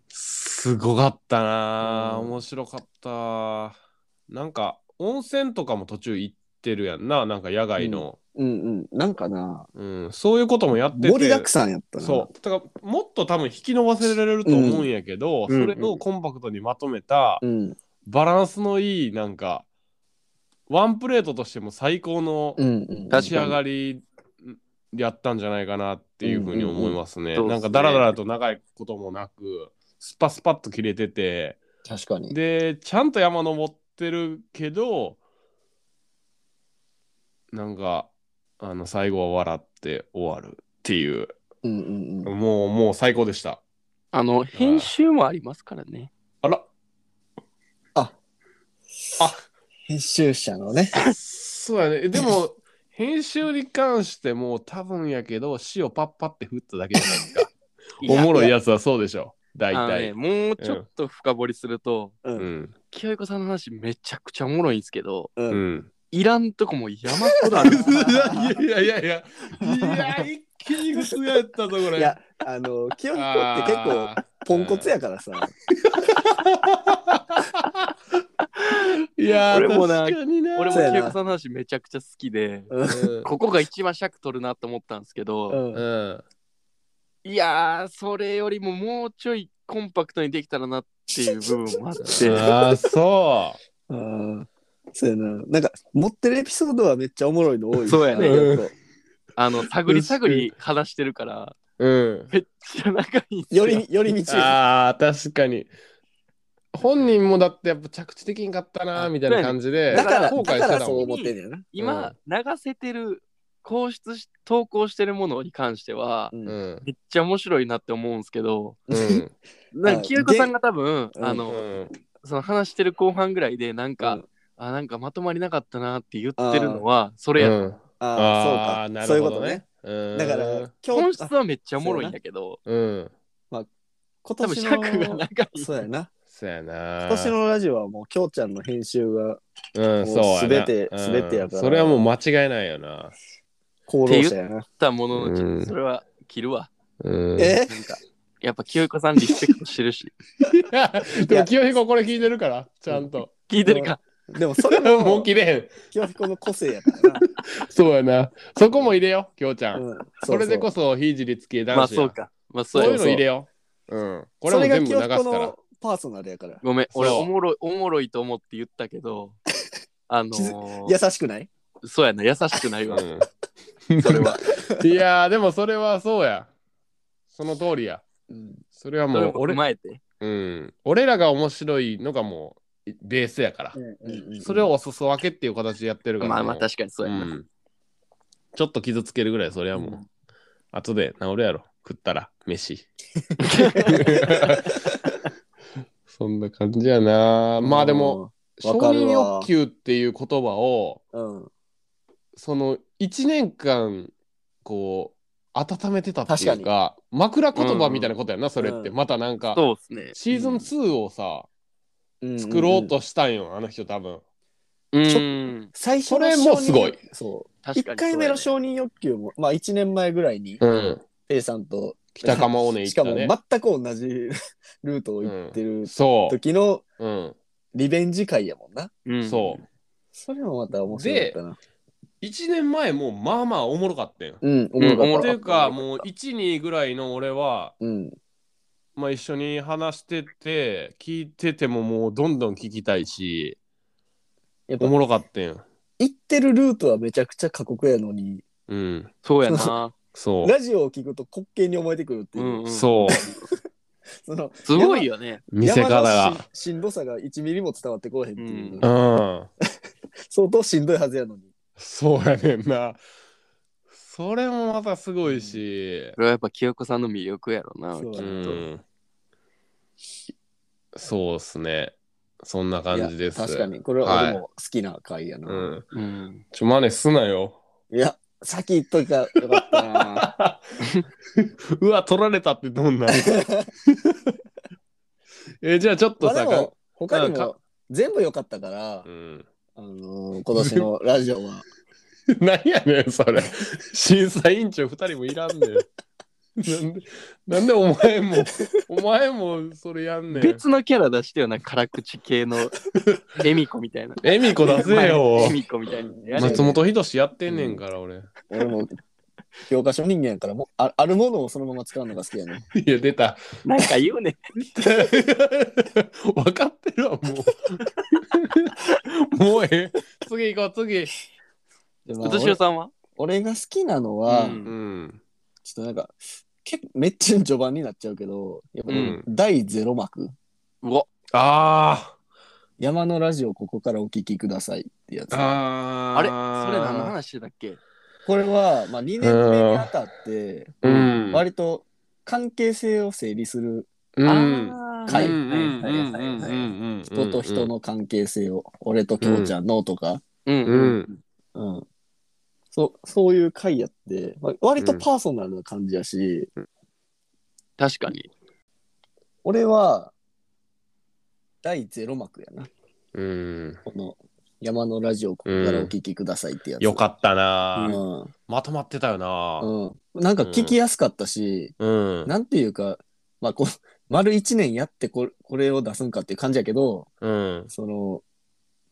すごかったな、うん面白かった。なんか、温泉とかも途中行ってるやんな。なんか野外の。うんうんなんかなうん、そういうこともやってて。盛りだくさんやったなそうだからもっと多分引き伸ばせられると思うんやけど、うんそれをコンパクトにまとめたうんバランスのいいなんかワンプレートとしても最高のうんう確んかに仕上がりやったんじゃないかなっていうふうに思いますね。うんうんうんなんかダラダラと長いこともなくスパスパッと切れてて確かにでちゃんと山登ってるけどなんかあの最後は笑って終わるっていう。うんうんうんもう、もう最高でした。あの編集もありますからねあら、編集者のね そうやね。でも、編集に関しても多分やけど、死をパッパって振っただけじゃない ですか。おもろいやつはそうでしょ。大あの体。ねもうちょっと深掘りするとううん。清子さんの話めちゃくちゃおもろいんですけどううんん。いらんとこも山ほどあ るいやいやいやいや、いや、一気に普通やったぞ、これ。いやあの清彦って結構あーポンコツやからさいや俺ー、もな確かにな。俺もそうやな清子さんの話めちゃくちゃ好きでうんここが一番尺取るなと思ったんですけど、うんうん。いやーそれよりももうちょいコンパクトにできたらなっていう部分もあってああ、そああ、そうやな。なんか、持ってるエピソードはめっちゃおもろいの多 い。そうやねなんかこあの探り探り話してるからう。 うん。めっちゃ仲いいんうすよより、より道。ああ、確かに。本人もだってやっぱ着地できんかったなーみたいな感じで、だから、後だ悔してからたそうもん。思ってんねやな。今、流せてる放出し投稿してるものに関してはう。うんん。めっちゃ面白いなって思うんですけどうん。なんかあ清子さんが多分うんあうの、んその話してる後半ぐらいでなんか、うんあなんかまとまりなかったなって言ってるのはそれや、うんああ、そうか。そういうことね。。ーなだかるほらどね、今本日、質あはめっちゃおもろいんだけどうん。今多分年尺がの長、いそうやな。そうやな。今年のラジオはもう、きょうちゃんの編集がうん、そうやな。全てうん全てやからそれはもう間違いないよな。功労者やな。たもののちうんそれは切るわうん。なえんかやっぱ清子さんリスペクトしてるし でも、清彦これ聞いてるから、ちゃんと。聞いてるかでもそれも、 もう切れへん。清彦の個性やからな。そうやな。そこも入れよう、きょうちゃん。うんそれでこそ、非自立系男子や。まあそうかまあそそうういうやの入れよう。うん。これそもれが全部流清すから彦。のパーソナルやから。ごめんそう俺おもろいおもろいと思って言ったけどあのー優しくないそうやな優しくないわうんそれはいやー、でもそれはそうや。その通りや。それはそれもうも俺踏、まえてうん、俺らが面白いのがもうベースやから。それをお裾分けっていう形でやってるから。まあまあも確かにそうやな、うんちょっと傷つけるぐらい、それはもう。うん後で治るやろ。食ったら、 飯。そんな感じやな。まあでも、、承わかる認わ欲求っていう言葉を、うん、その1年間こう温めてたっていうか確枕言葉みたいなことやな、それって、うんまたなんかそうですねシーズン2をさ、うん作ろうとしたんよあの人多分うん最初それもすごいそう確か1にそうやね回目の承認欲求も、まあ、1年前ぐらいにうんペイさんと北釜尾根行っしかたもね全く同じルートを行ってるそ時のう、うん、リベンジ会やもんな、うんそうそれもまた面白かったな1年前もまあまあおもろかったようんおおもってろかいったうかもう12ぐらいの俺は、うんまあ、一緒に話してて聞いててももうどんどん聞きたいしやっぱおもろかったよ行ってるルートはめちゃくちゃ過酷やのにうんそうやなそう、ラジオを聞くと滑稽に思えてくるっていう、うんうんそうそのすごいよね見せ方山がのししんどさが1ミリも伝わってこへんっていううう、ん相当しんどいはずやのにそうやねんな。それもまたすごいし。それはやっぱ清子さんの魅力やろなそううだねん。そうっすね。そんな感じです。いや確か。に、これははい俺も好きな回やな。うん。うんちょ、真似すなよ。いや、先言っといたらよかったな。 うわ、取られたってどんなえ、じゃあちょっとまあでさ、も、他になんも全部良かったからう、ん、あのー今年のラジオは。何やねん、それ。審査委員長2人もいらんねん。なんで、なんでお前も、お前もそれやんねん。別のキャラ出してよな辛口 系の恵美子みたいなえみこ出せ よ。恵美子みたいなやれ松本人志やってんねんから、俺。俺も教科書人間やからもうあ、あるものをそのまま使うのが好きやね。いや、出た。なんか言うね 分かってるわ、もう。もうええ。次行こう、次。でまあうし俺おさんは俺が好きなのは、うんうん。ちょっとなんか、結構めっちゃ序盤になっちゃうけど、やっぱ、うん第ゼロ幕、うわあ山のラジオここからお聞きくださいってやつあ。。ああれそれ何の話してたっけこれは、まあ、2年目にあたって、うん割と関係性を整理するうあん。ー回うんうんはいはいはいはいうん人と人。の関係性を、俺と京ちゃんのとか、うんううんん。うん、そそういう回やって、まあ、割とパーソナルな感じやし、確かに俺は第ゼロ幕やなうん。この山のラジオここからお聞きくださいってやつ、よかったうな。んまとまってたよな。うん、なんか聞きやすかったし、うん。なんていうか、まあ、こう 丸1年やってここれを出すんかっていう感じやけど、うん。その、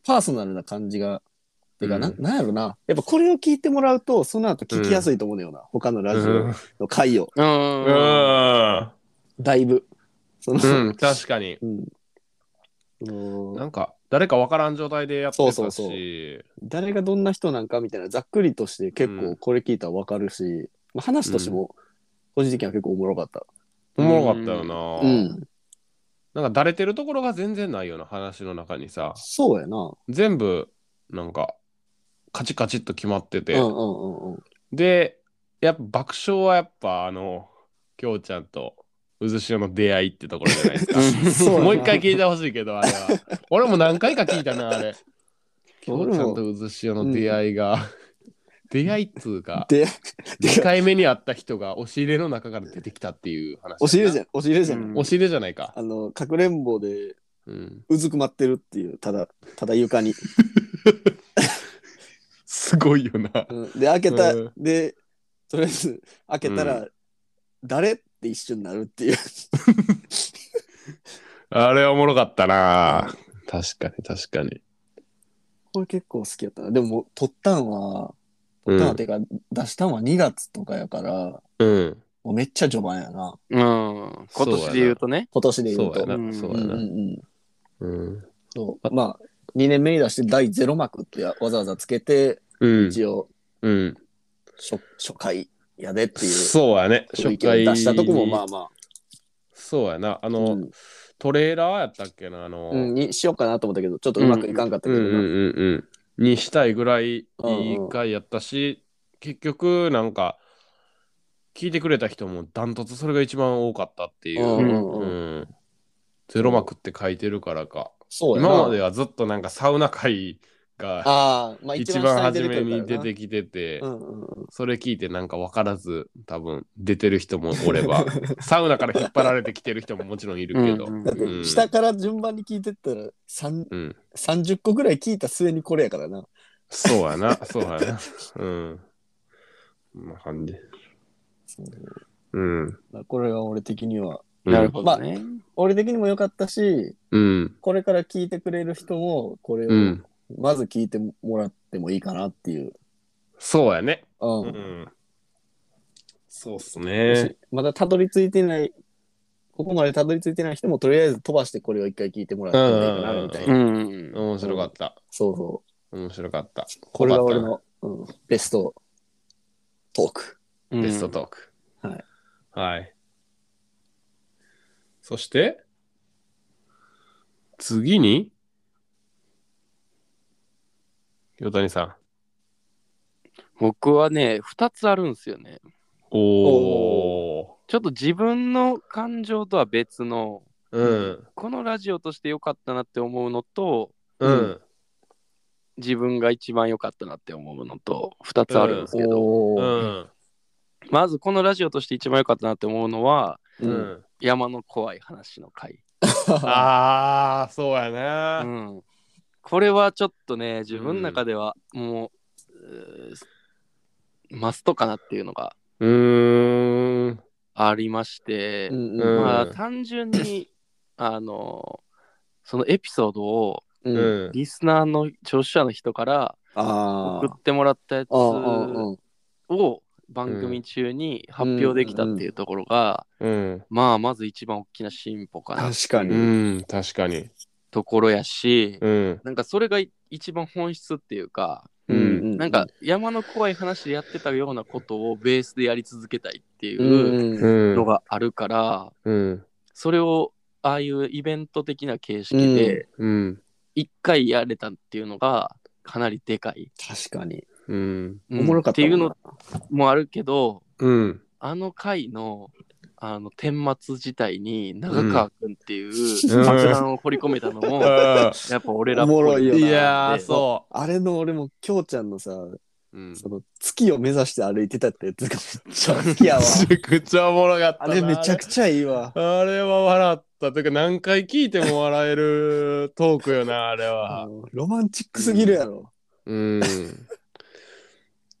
パーソナルな感じが、てか、うんななんやろな。やっぱこれを聞いてもらうと、その後聞きやすいと思うのよな。他のラジうオんの回を、ううんん。だいぶ。その、 うん。確かに。うんあなのんか、誰かわからん状態でやってそたうそうそし。誰がどんな人なんかみたいな、ざっくりとして結う構んこれ聞いたらわかるし、まあ、話としても、個人的には結構おもろかった。おもろかったよな。うん。なんか慣れてるところが全然ないような話の中にさそうやな。全部なんかカチカチっと決まってうて、んうんうんうん。でやっぱ爆笑はやっぱあの京ちゃんと渦潮の出会いってところじゃ ないですかそうや なもう一回聞いてほしいけどあれは俺も何回か聞いたなあれ京ちゃんと渦潮の出会いが、出会いっつうかで、 2回目に会った人が押し入れの中から出てきたっていう話お尻じゃゃん、お尻じゃん。うん押し入れじゃないかあの、かくれんぼでうんうずくまってるっていう、ただ、ただ床に。すごいよなうんで、開けた、うんで、とりあえず、開けたら、う誰って一緒になるっていう。あれおもろかったな確かに確かにこれ結構好きやったな。でももう、撮ったんは、う撮ったんはんてか、出したんは2月とかやから、うんもうめっちゃ序盤やな。うん。今年で言うとね。今年で言そううと。やうなんそううやんなうんう。んうんそう。まあ、2年目に出して第0幕ってやわざわざつけて、うん一応うん初、初回やでっていうそうやね雰初囲気を出回したとこもまあまそうやなああ、のうんトレーラーやったっけなあのうん、にしようかなと思ったけど、ちょっとうまくいかんかったうけんどうんな、うんうんにしたいぐらいいいうんうん回やったし、結局なんか聞いてくれた人もダントツそれが一番多かったっていう、うんうんうんうんゼロ幕って書いてるからかそうやな。今まではずっとなんかサウナ会がああ、まあ一一番番初めに出てききてて、うんうんうん。それ聞いてなんか分からず多分出てる人もおれ ばサウナから引っ張られてきてる人ももちろんいるけど。うんだって、うん下から順番に聞いてったら、三うん30個ぐらい聞いた末にこれやからな。そうやな、そうやな。うん。こんな感じ。うん。まあこれは俺的には。なるほどね。俺的にも良かったし、うん。これから聞いてくれる人も、これうをん。まず聞いてもらってもいいかなっていう。そうやね。うん。ん。そうっすもね。しまだたどり着いてない、ここまでたどり着いてない人も、とりあえず飛ばしてこれを一回聞いてもらってもいいかなみたいな。ううん。面白かった。そうそう。面白かった。これがよか俺ったなの、うん、ベストトーク。ベベストトーク。はい。はい。そして、次に、ヨタニさん。僕はね、2つあるんですよね。おー。ちょっと自分の感情とは別の、うん。このラジオとして良かったなって思うのと、うん。自分が一番良かったなって思うのと、2つあるんですけど、おうーん。まずこのラジオとして一番良かったなって思うのは、ううんん。山の怖い話の回。 ああ、そうやうな。ん、これはちょっとね自分の中ではもう、うーマストかなっていうのがうーん。ありまして、うんうんまあ単純 にあのそのエピソードをう。うんん。リスナーの聴取者の人からあ送ーってもらったやつあー。をうん番組中に発表できたっていうところが、うん。まあまず一番大きな進歩かな確かうに。ん、確かに。ところやし、うん。なんかそれが一番本質っていうか、うんなんか、山の怖い話でやってたようなことをベースでやり続けたいっていうんううんううんんの。があるから、うん。それをああいうイベント的な形式でうん。一回やれたっていうのがかなりでかい。確かに。うん。うんおもろかったってもいうんなのもあるけど、うん。あの回のあの顛末自体に長川くんっていううん爆弾を掘り込めたのも、やっぱ俺らっぽおもろいよないやー、でそあれの俺も、きょうちゃんのさ、う。うん。その月を目指して歩いてたってやつがめっちゃ好きや わ。めちゃくちゃおもろかったあな。れめちゃくちゃいいわ。あれは笑った。というか、何回聞いても笑えるトークよな、あれは。うんロマンチックすぎるやろ。うん。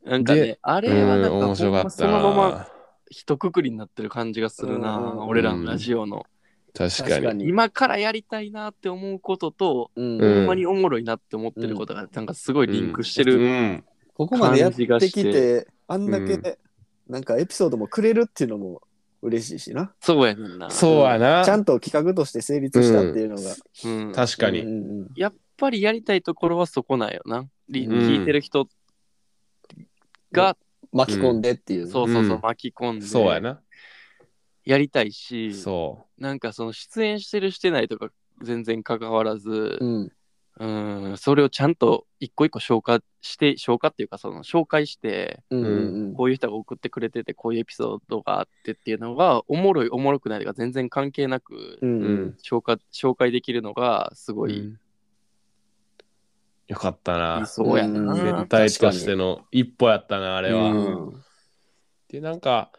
なんかねで、あれうはんなんか面白かほんまっそたのままな。一括りになってる感じがするな、うんうんうん俺らのラジオの、確確かかに。に。今からやりたいなって思うことと、うんうんほんまにおもろいなって思ってることがなんかすごいリンクしてうる、ん。ここまでやっ感じがてしきてて、あんだけ、うんなんかエピソードもくれるっていうのも嬉しいしな。そうやねんな、そうやな。ちゃんと企画として成立したっていうのが。うん、やっ確かうに。んうんぱりやりたいところはそこなんよな、りうん聞いてる人が、巻き込んでっていう。そうそうそううん巻き込んで、そうやな。やりたいしそう。なんかその出演してるしてないとか全然関わらず、うんうん、それをちゃんと一個一個消化して消化っていうかその紹介してうんうんこういう人が送ってくれてて、こういうエピソードがあってっていうのが、おもろい、おもろくないとか全然関係なくうんうん紹介、紹介できるのが、すごい、よかったな。そうやな。うん絶対としての一歩やったな、あれは。うんで、なんか、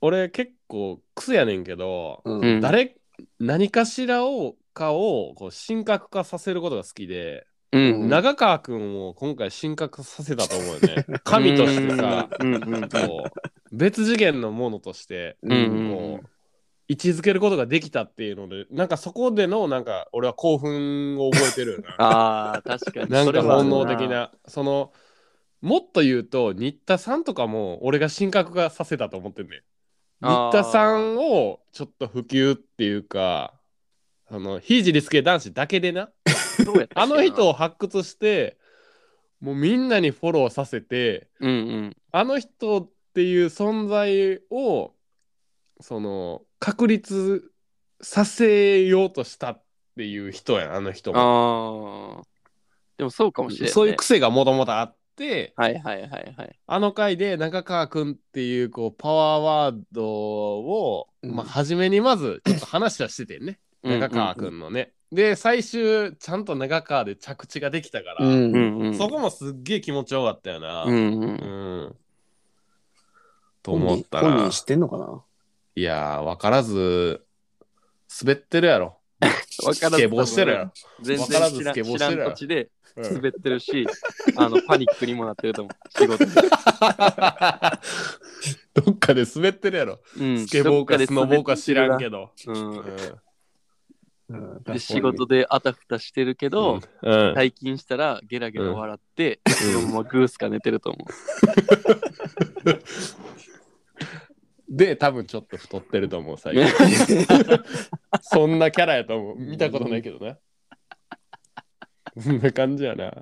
俺結構癖やねんけど、ううんん、誰、何かしらを、かをこう神格化させることが好きで、うん。長川くんを今回神格化させたと思うよ ね。神としてさ、うん うんこう、別次元のものとして、うんうんこう、位置づけることができたっていうので、なんかそこでの、なんか俺は興奮を覚えてるよな。ああ、確かに。なんそれかはあ本る能的。な、その、もっと言うと、新田さんとかも、俺が神格化させたと思ってんねん。あ新田ーさんを、ちょっと普及っていうか、あの、ひいじりすけ男子だけでな、どうやったあっけなの人を発掘して、もうみんなにフォローさせて、うんうん。あの人っていう存在を、その、確立させようとしたっていう人やん、あの人も。ああ。でもそうかもしれない、ね。そういう癖がもともとあって、はいはいはいはい。あの回で中川くんっていうこうパワーワードを、うんまあ初めにまずちょっと話はしててんね、中川くんのね。で最終ちゃんと中川で着地ができたから、うんうんうん。うんうん。そこもすっげえ気持ちよかったよな。ううんんうん。と思った本人な本人。知ってんのかないやー分からず滑ってるやろ。わからずスケボーしてるやろ。全然わからず知らスケんボーし知てらるやろん土地でうん滑ってるし、あのパニックにもなってると思う。仕事で。 どっかで滑ってるやろ。うんスケボーかスノボーか知らんど。けど。うんうんで仕事であたふたしてるけど、うん退勤したらゲラゲラ笑って、うんそのままグースか寝てると思う。で多分ちょっと太ってると思う最 近そんなキャラやと思う見たことないけどなそんな感じやな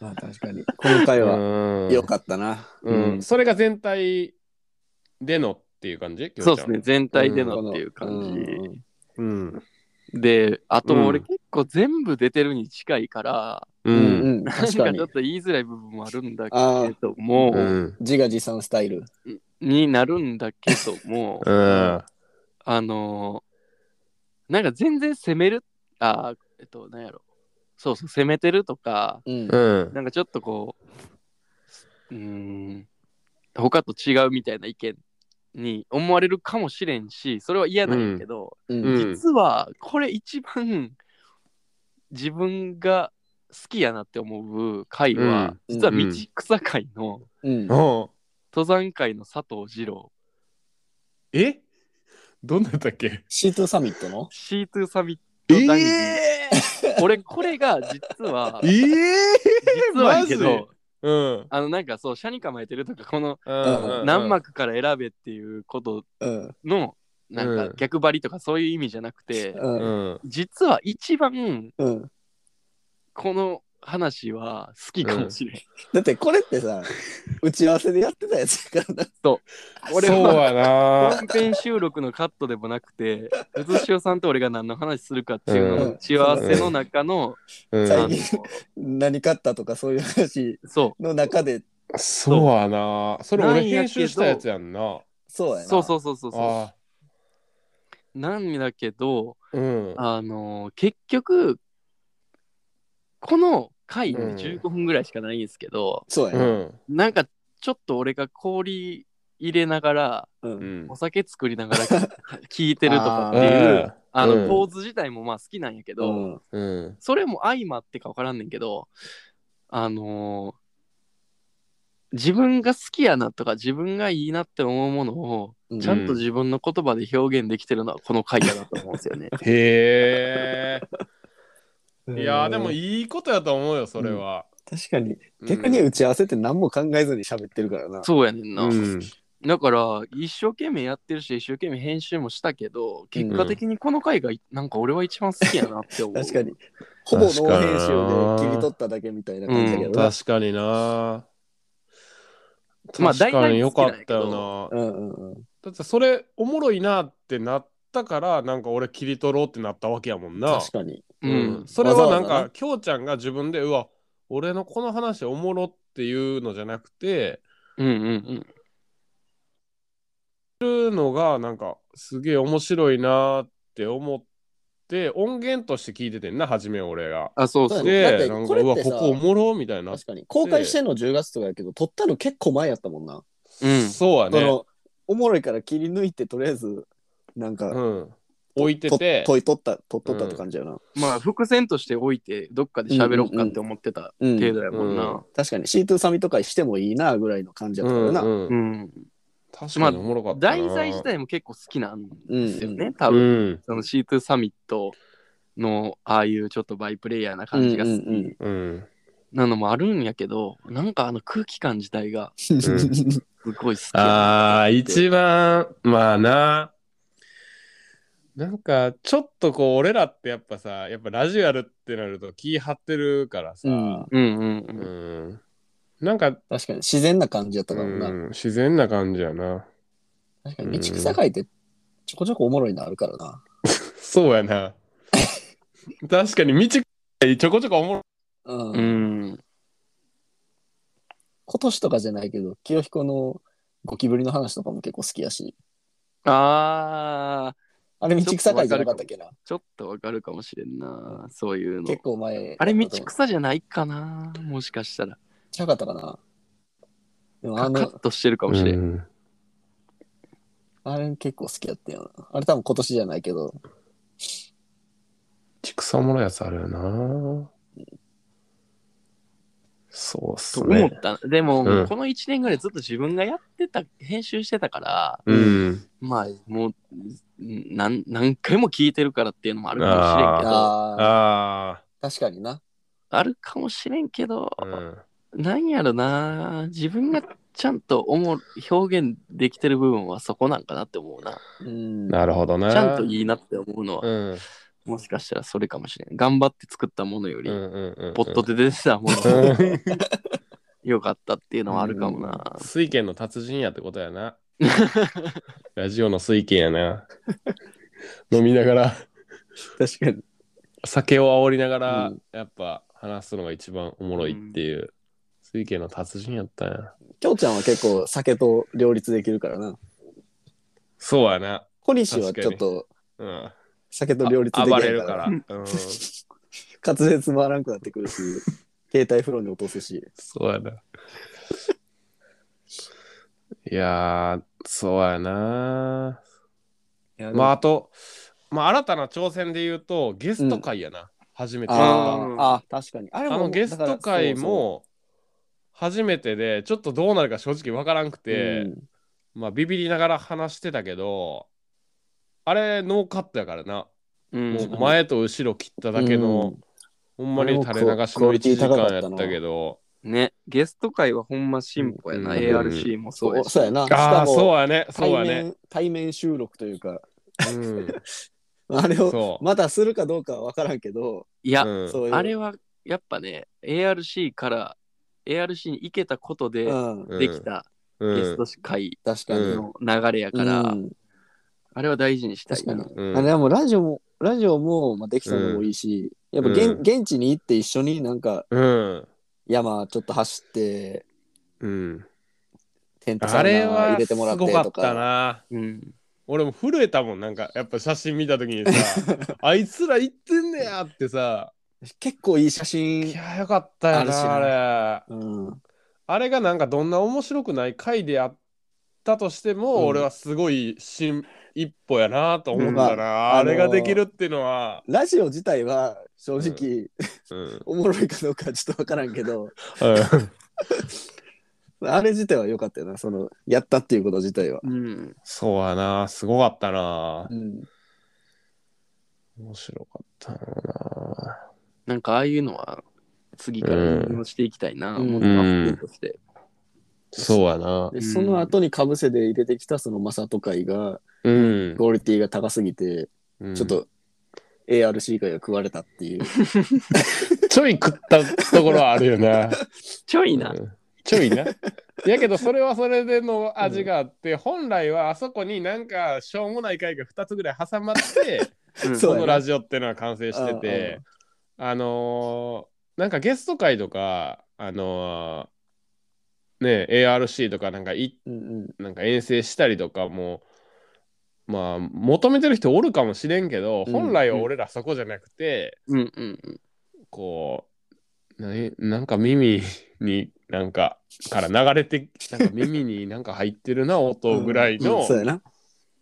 まあ確かに。今回はうん良かったな。うんそれが全体でのっていう感じそうですねね、全体でのっていう感うんうんうんじ。うんで、あと俺うん結構全部出てるに近いから、ううんんうん、なんか確ちょかっに。と言いづらい部分もあるんだけああ、ども、うん自画自賛スタイル。になるんだけども、うんあのーなんか全然攻める、あー、えっと、なんやろ。そうそう、攻めてるとか、うん。うんなんかちょっとこう、うーん、他と違うみたいな意見に思われるかもしれんし、それは嫌なんやけど、うんうん実はこれ一番自分が好きやなって思う回は、うん実はう道ん草会のうんおう登山会の佐藤二郎、えどんなんだったっけ C2 サミットの C2 サミッえト談義、俺これが実は ええ実はやけマジどうんあのなんかそう車に構えてるとかこのうん何幕から選べっていうことうん。のなんうんか逆張りとかそういう意味じゃなくて、う。うんん実は一番うん。この話は好きかもしれん、だってこれってさ、打ち合わせでやってたやつやからな。俺そうはやな本編収録のカットでもなく て渦潮さんと俺が何の話するかっていうのうのん打ち合わせの中の、う最あん近何買ったとかそういう話のその中で、そうやなそれな俺んや編けど集したやつやんなそうやうな。そうう。そうそうそうそあうなんだけどあうんあの結局この回に15分ぐらいしかないんですけど、そうやうな。んなんかちょっと俺が氷入れながらうんうんお酒作りながら 聞いてるとかってあいううんあのうん構図自体もまあ好きなんやけうど、んうんそれも相まってか分からんねんけどあのー自分が好きやなとか自分がいいなって思うものをうんちゃんと自分の言葉で表現できてるのはこの回だなと思うんですよね。へうんえいやーでもいいことやと思うよそれは確かにうん逆に打ち合わせって何も考えずに喋ってるからな。そうやねんな、うんだから一生懸命やってるし一生懸命編集もしたけど結果的にこの回がなんか俺は一番好きやなって思う。確かに。ほぼノー編集で切り取っただけみたいな感じだけどな。確かになまあ確かによかった大体好きなんよなうんうんうん。だってそれおもろいなってなったからなんか俺切り取ろうってなったわけやもんな確かに。ううんん、それはなんわざわざかきょうちゃんが自分でうわ俺のこの話おもろっていうのじゃなくてうんうんうんそういうのがなんかすげえ面白いなって思って音源として聞いててんな初め俺が。あ、そうそうそやう。ねだっでてなんこかれっうわてこさこおもろみたいな。確かに。公開してんの10月とかやけど、撮ったの結構前やったもんな。うんそうやそね。の、おもろいから切り抜いて、とりあえず、なんか、うん。置いてとて。とい取った、取っとったって感じやな。まあ、伏線として置いて、どっかで喋ろうかって思ってたうん程度やもんな。確かに C2 サミとかしてもいいなぐらいの感じやうったからんな。う。うんん。確かにおもろかったな。題材自体も結構好きなんですようんうね、多う分。ん。その C2 サミットのああいうちょっとバイプレイヤーな感じが好うんうんきうん。なのもあるんやけど、なんかあの空気感自体がすごい好きやな。ああ、一番、まあな。なんか、ちょっとこう、俺らってやっぱさ、やっぱラジオやるってなると気張ってるからさ、うんうんうんう。うんん。なんか、確かに自然な感じやったからな。うん、自然な感じやな。 確かに道草書いてちょこちょこおもろいのあるからな。そうやな。 確かに道ちょこちょこおもろい。うんうん。今年とかじゃないけど、清彦のゴキブリの話とかも結構好きやし、ああ、あれ道草書いじゃなかったっけな。ちょっとわかるかもしれんな、そういうの結。構前。あれ、道草じゃないかな、もしかしたら。ちゃうかったかな。でもあカカのッ、トしてるかもしれん。ん。あれ結構好きやったよな。あれ多分今年じゃないけど、ちくさおもろいやつあるよな。そうっとす思っね。た。でも、うんこの1年ぐらいずっと自分がやってた、編集してたから、うん。まあ、もう、なん何回も聞いてるからっていうのもあるかもしれんけど、あああ、あ確かにな。るかもしれんけど、あ。うん。なんやろな、自分がちゃんと思う表現できてる部分はそこなんかなって思うな。うん。なるほどな。ちゃんといいなって思うのは、うん。もしかしたらそれかもしれん。頑張って作ったものより、うんうんうんうん。ポットで出てたものがうん。良かったっていうのはあるかもな。 水拳の達人やってことや な。ラジオの水拳やな。飲みながら、確かに。酒を煽りながら、うんやっぱ話すのが一番おもろいっていう。水拳の達人やったんや。きょうちゃんは結構酒と両立できるからな。そうやな。小西はちょっとうん。酒と両立でき暴なれいるかからら。うん。滑舌回らんくなってくるし、携帯風呂に落とすし。そうやな。いやー、そうやな。まあ、あと、まあ、新たな挑戦で言うと、ゲスト会やな。初めてやった。あうーんあー、確かに。あれあのゲスト会、も初めてでちょっとどうなるか正直わからんくだからて、まあビビりながら話してたけどあれノーカットやからな、うんもう前と後ろ切っただけの、、ほんまに垂れ流しの1時間やったけどね、ゲスト会はほんま進歩やな。うん ARC もそそううそうやし。んそうやな。しあかあそうもやねそうや対ね面、対面収録というか、うんあれ をそうまだするかどうかは分からんけど、いや、うんそういう。あれはやっぱね、ARC から ARC に行けたことでうん、うんできたうんゲスト会確かに。うんの流れやから、うんあれは大事にしたいな。確かうんあれはもうラジオも、ラジオも、まあ、できたのもいいし、やっぱ現,、うん現地に行って一緒になんかうん山ちょっと走って、うんテントサあウナれは入れすてもらってごかとったか。なうん。俺も震えたもんなんかやっぱ写真見た時にさあいつら行ってんねやってさ結構いい写い真。やよかったよなあるしあれうん。あれがなんかどんな面白くない回であったとしても、うん俺はすごい新一歩やなと思ったな、うんまあ、れができるっていうのは、ラジオ自体は正直、うん、おもろいかどうかはちょっとわからんけど、あれ自体は良かったよな、その、やったっていうこと自体は。うん。 そうやなすごかったなうん。面白かったななんかああいうのは次から運用していきたいな、うんもっとアップデートして。そうやなで、うんその後にかぶせで入れてきたそのマサト会が、うん、クオリティが高すぎて、うんちょっと ARC 会が食われたっていう。ちょい食ったところはあるよなちょいな。うんちょい なやけどそれはそれでの味があって、本来はあそこになんかしょうもない回が2つぐらい挟まってうんそうこのラジオっていうのは完成してうんうて、あのーなんかゲスト会とか、あのーね、ARC とかなんかいうんうん。なんか遠征したりとかもまあ求めてる人おるかもしれんけど、うん本来は俺らそこじゃなくて、うんうんうん。こう何なんか耳になんかから流れてなんか耳になんか入ってるな音ぐらいうんうのんそうやな。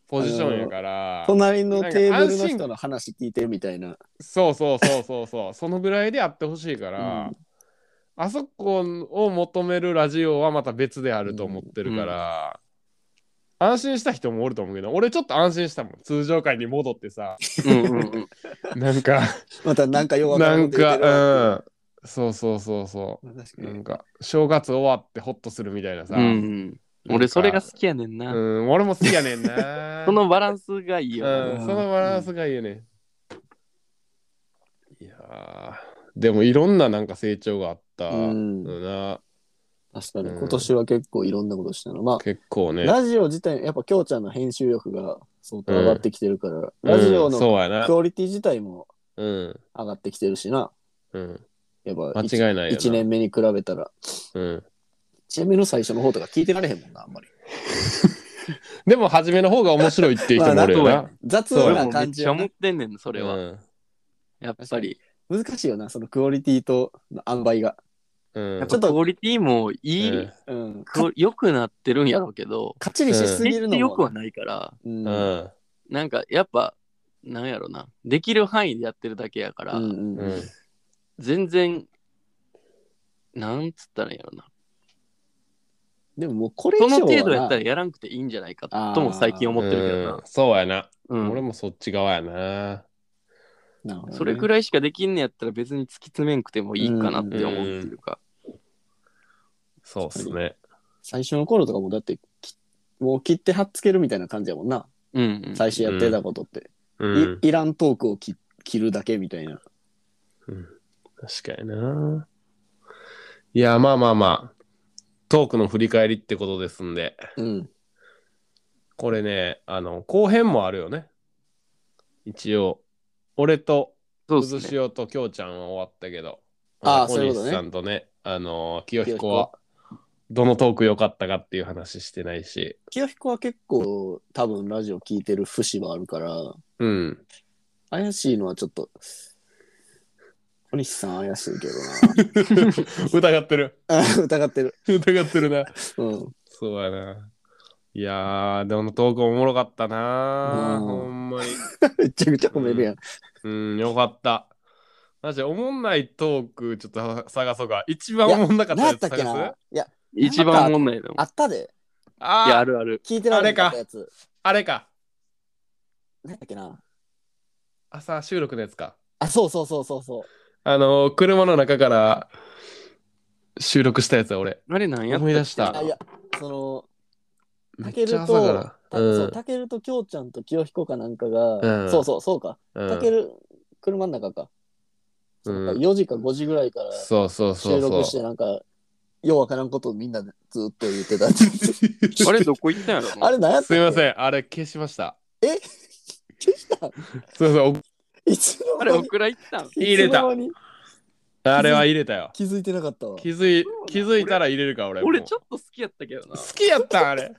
ポジションやから、隣のテーブルのなんか安心人の話聞いてるみたいな。そうそうそうそうそうそのぐらいでやってほしいから、うんあそこを求めるラジオはまた別であると思ってるから、安心した人もおると思うけど俺ちょっと安心したもん通常会に戻って さうんうんうん。なんかまたなんかよくわかならんんこと言ってるかうんそうそうそうそまあ確うかなにんか正月終わってホッとするみたいなさ、うんうん、俺それが好きやねんな。うん、俺も好きやねん なそのバランスがいいよな。うん、そのバランスがいいよね。いやーでもいろんななんか成長があったうのんな、確かにうん今年は結構いろんなことしたの。まあ、結構ね。ラジオ自体、やっぱ京ちゃんの編集力が相当上がってきてるから、ラジオうんのそうやなク。オリティ自体もうん、上がってきてるしな。うん、やっぱ一間違いないよな。一年目に比べたら。うん、一年目の最初の方とか聞いてられへんもんな、あんまり。でも初めの方が面白いって言ってもおるよまあな。雑そう俺なもめっ感じちゃや思なってんねん、それは。うんやっぱり。難しいよな、そのクオリティとの塩梅が。うんやっぱクオリティもいい、うんうん。クオ良くなってるんやろうけど、かっちりしす決ぎしるての良くもは。ないから、うんううんんなんかやっぱ、なんやろな、できる範囲でやってるだけやから、うんううんん全然、なんつったらいいんやろな。でももうこれそ以上はのな程度やったらやらんくていいんじゃないかとも最近思ってるけうどな。んそうやな、うん俺もそっち側やな。なるほどねそれぐらいしかできんねやったら別に突き詰めんくてもいいかなって思うっていうか。そうっすね。最初の頃とかもだってきもう切って貼っつけるみたいな感じやもんなうん、うん最初やってたことって、うん、いいらんトークを切切るだけみたいな確かにな。いや、まあまあまあ、トークの振り返りってことですんで、うんこれね、あの、後編もあるよね。一応、俺と、そうずですしね。おときょうちゃんは終わったけど、あのーそういうことね小西さんとね、あの、清彦は、どのトーク良かったかっていう話してないし、清彦は結構多分ラジオ聞いてる節はあるから うん。怪しいのはちょっと小西さん怪しいけど疑ってる。なあ疑ってる疑ってるな。うん そうやな。いやー、でもトークおもろかったなー、うんほんまに。めちゃくちゃ褒めるやん、うん、よかった。マジでおもんないトークちょっと探そうか。一番おもんなかった何ややっつたっけ探すないや一番おもんないの。あったでいや、ああーるある。聞いてられなかったやつあれか。何やったっけな朝収録のやつか。あそうそうそうそうそうあのー、車の中から収録したやつだ俺。あれなんやったっ思けい出したあいやそのめたっけるちとゃ朝から。たうそう、んたけるときょうちゃんときよひこかなんかが、うんそうそう、そうか。うんたける、車の中か。うんなんか4時か5時ぐらいからそうそうそ収う録しそて、う。なんか、ようわからんことをみんなでずっと言ってた。 あれどこ行ったんやろあれ何やったすいません。ん、あれ消しました。消したすいませんお、いつのあれ間おに蔵行ったん入れたいつの間にあれは入れたよ。気づいてなかったわ。気づい気づいたら入れるか俺も。俺ちょっと好きやったけどな好。きやったんあれ。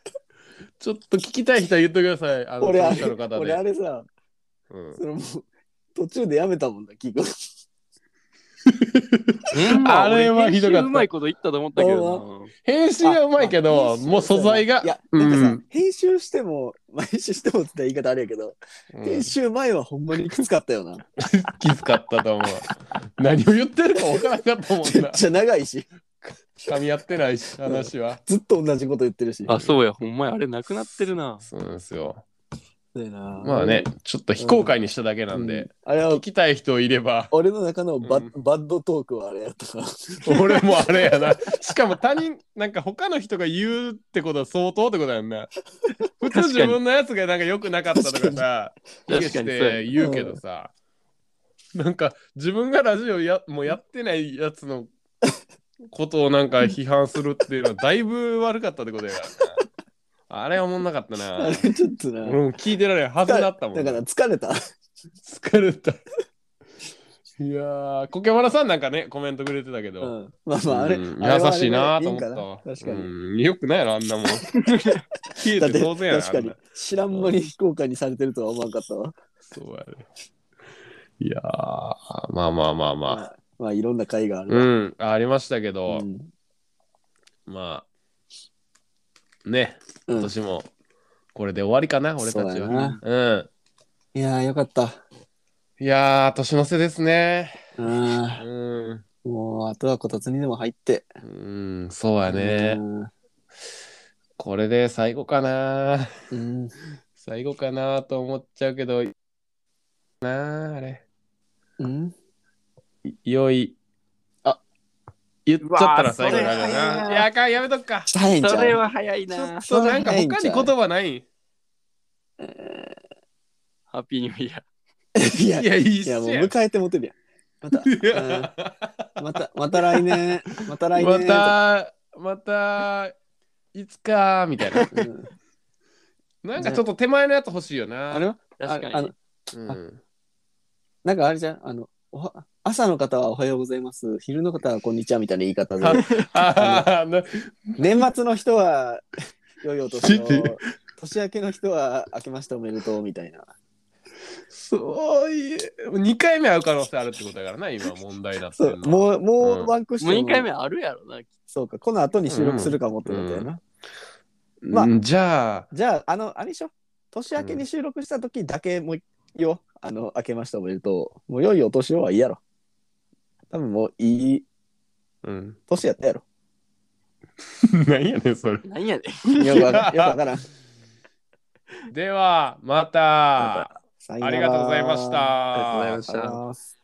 ちょっと聞きたい人は言っとください。あの、俺あ視聴れ者の方俺あで。れさ、うんそのもう途中でやめたもんだ、聞く。あれはひどかった俺編集うまいこと言ったと思ったけど編集はうまいけあど、編集もう素材がいや、、うなんかさ、ん。編集しても、 まあ編集してもって言い方あれやけど、うん編集前はほんまにきつかっ たよな。きつかったと思う。何を言ってるか分からなかったもん めっな。ちゃ長いし、噛み合ってないし、話は。ずっと同じこと言ってるし。な。あ、そうや、ほんまや、あれなくなってるな。そうなんですよ。そうやなまあね、ちょっと非公開にしただけなんうで、あれは聞きたい人いれば、俺の中のバ,、うんバッドトークはあれやったから。俺もあれやな。しかも他人、なんか他の人が言うってことは相当ってことやんな。普通確か自に分のやつがなんか良くなかったとかさ、確かに意識して言うけどさ、なんか自分がラジオやもうやってないやつのことをなんか批判するっていうのはだいぶ悪かったってことやからな。あれはおもんなかったあなれ。ちょっとな。俺も聞いてられるはずだったもんだな。から疲れた。疲れた。いやー、コケマラさんなんかね、コメントくれてたけうど。ん、まあ まあ、あれ、うんあれはあれで優しいなと思っいいたんかなわ。確かに。うんよくないやろ、あん なもん。消えだってて当然やろ。確かあんにな知らん間に非公開にされてるとは思わんかったわ。そうやね。いやー、まあまあまあまあ。まあ、まあ、いろんな回があるうわ。ん、ありましたけど、うんまあ、ね、うん今年もこれで終わりかな、俺たそうちやは。な。うん。いやー、よかった。いやー、年の瀬ですね。うんうん。もう、あとはこたつにでも入って。うん、そうやだね。。これで最後かな。うん。最後かなと思っちゃうけど、なあ、あれ。うん。いよい。あ言っちゃったら最後にうわなーるよそれ早いな。ないや、あかん、やめとくか。したいんちそれゃうは早いちょなっ。となんか他に言葉ないハッピーニューイヤー。いや、いや、いいっいすやよもう。迎えてモテるやん。また、いや また、また来年、また来ま年。た、また、いつか、みたい な。うんなんかちょっと手前のやつ欲しいよな。あれは確あかあにの。うんなんかあれじゃん、あの、おは朝の方はおはようございます。昼の方はこんにちはみたいな言い方で。あの年末の人は、良い お年を知って。年明けの人は、明けましておめでとうみたいな。そういう、2回目会う可能性あるってことだからな、今問題になってそるう、の。もう、もうんうワンクッシもうョン。 2回目あるやろな。そうか、この後に収録するかもってことやな。まあうんじゃあ、じゃあ、あの、あれでしょ年明けに収録した時だけもういいよ。あの、明けましておめでとう。もう良いお年をはいいやろ。多分もういい うん。年やっ たやろ。何やねん、それ。何やねん。よくわかよくわからん。では、また。さよならありがとうございましたありがとうございます。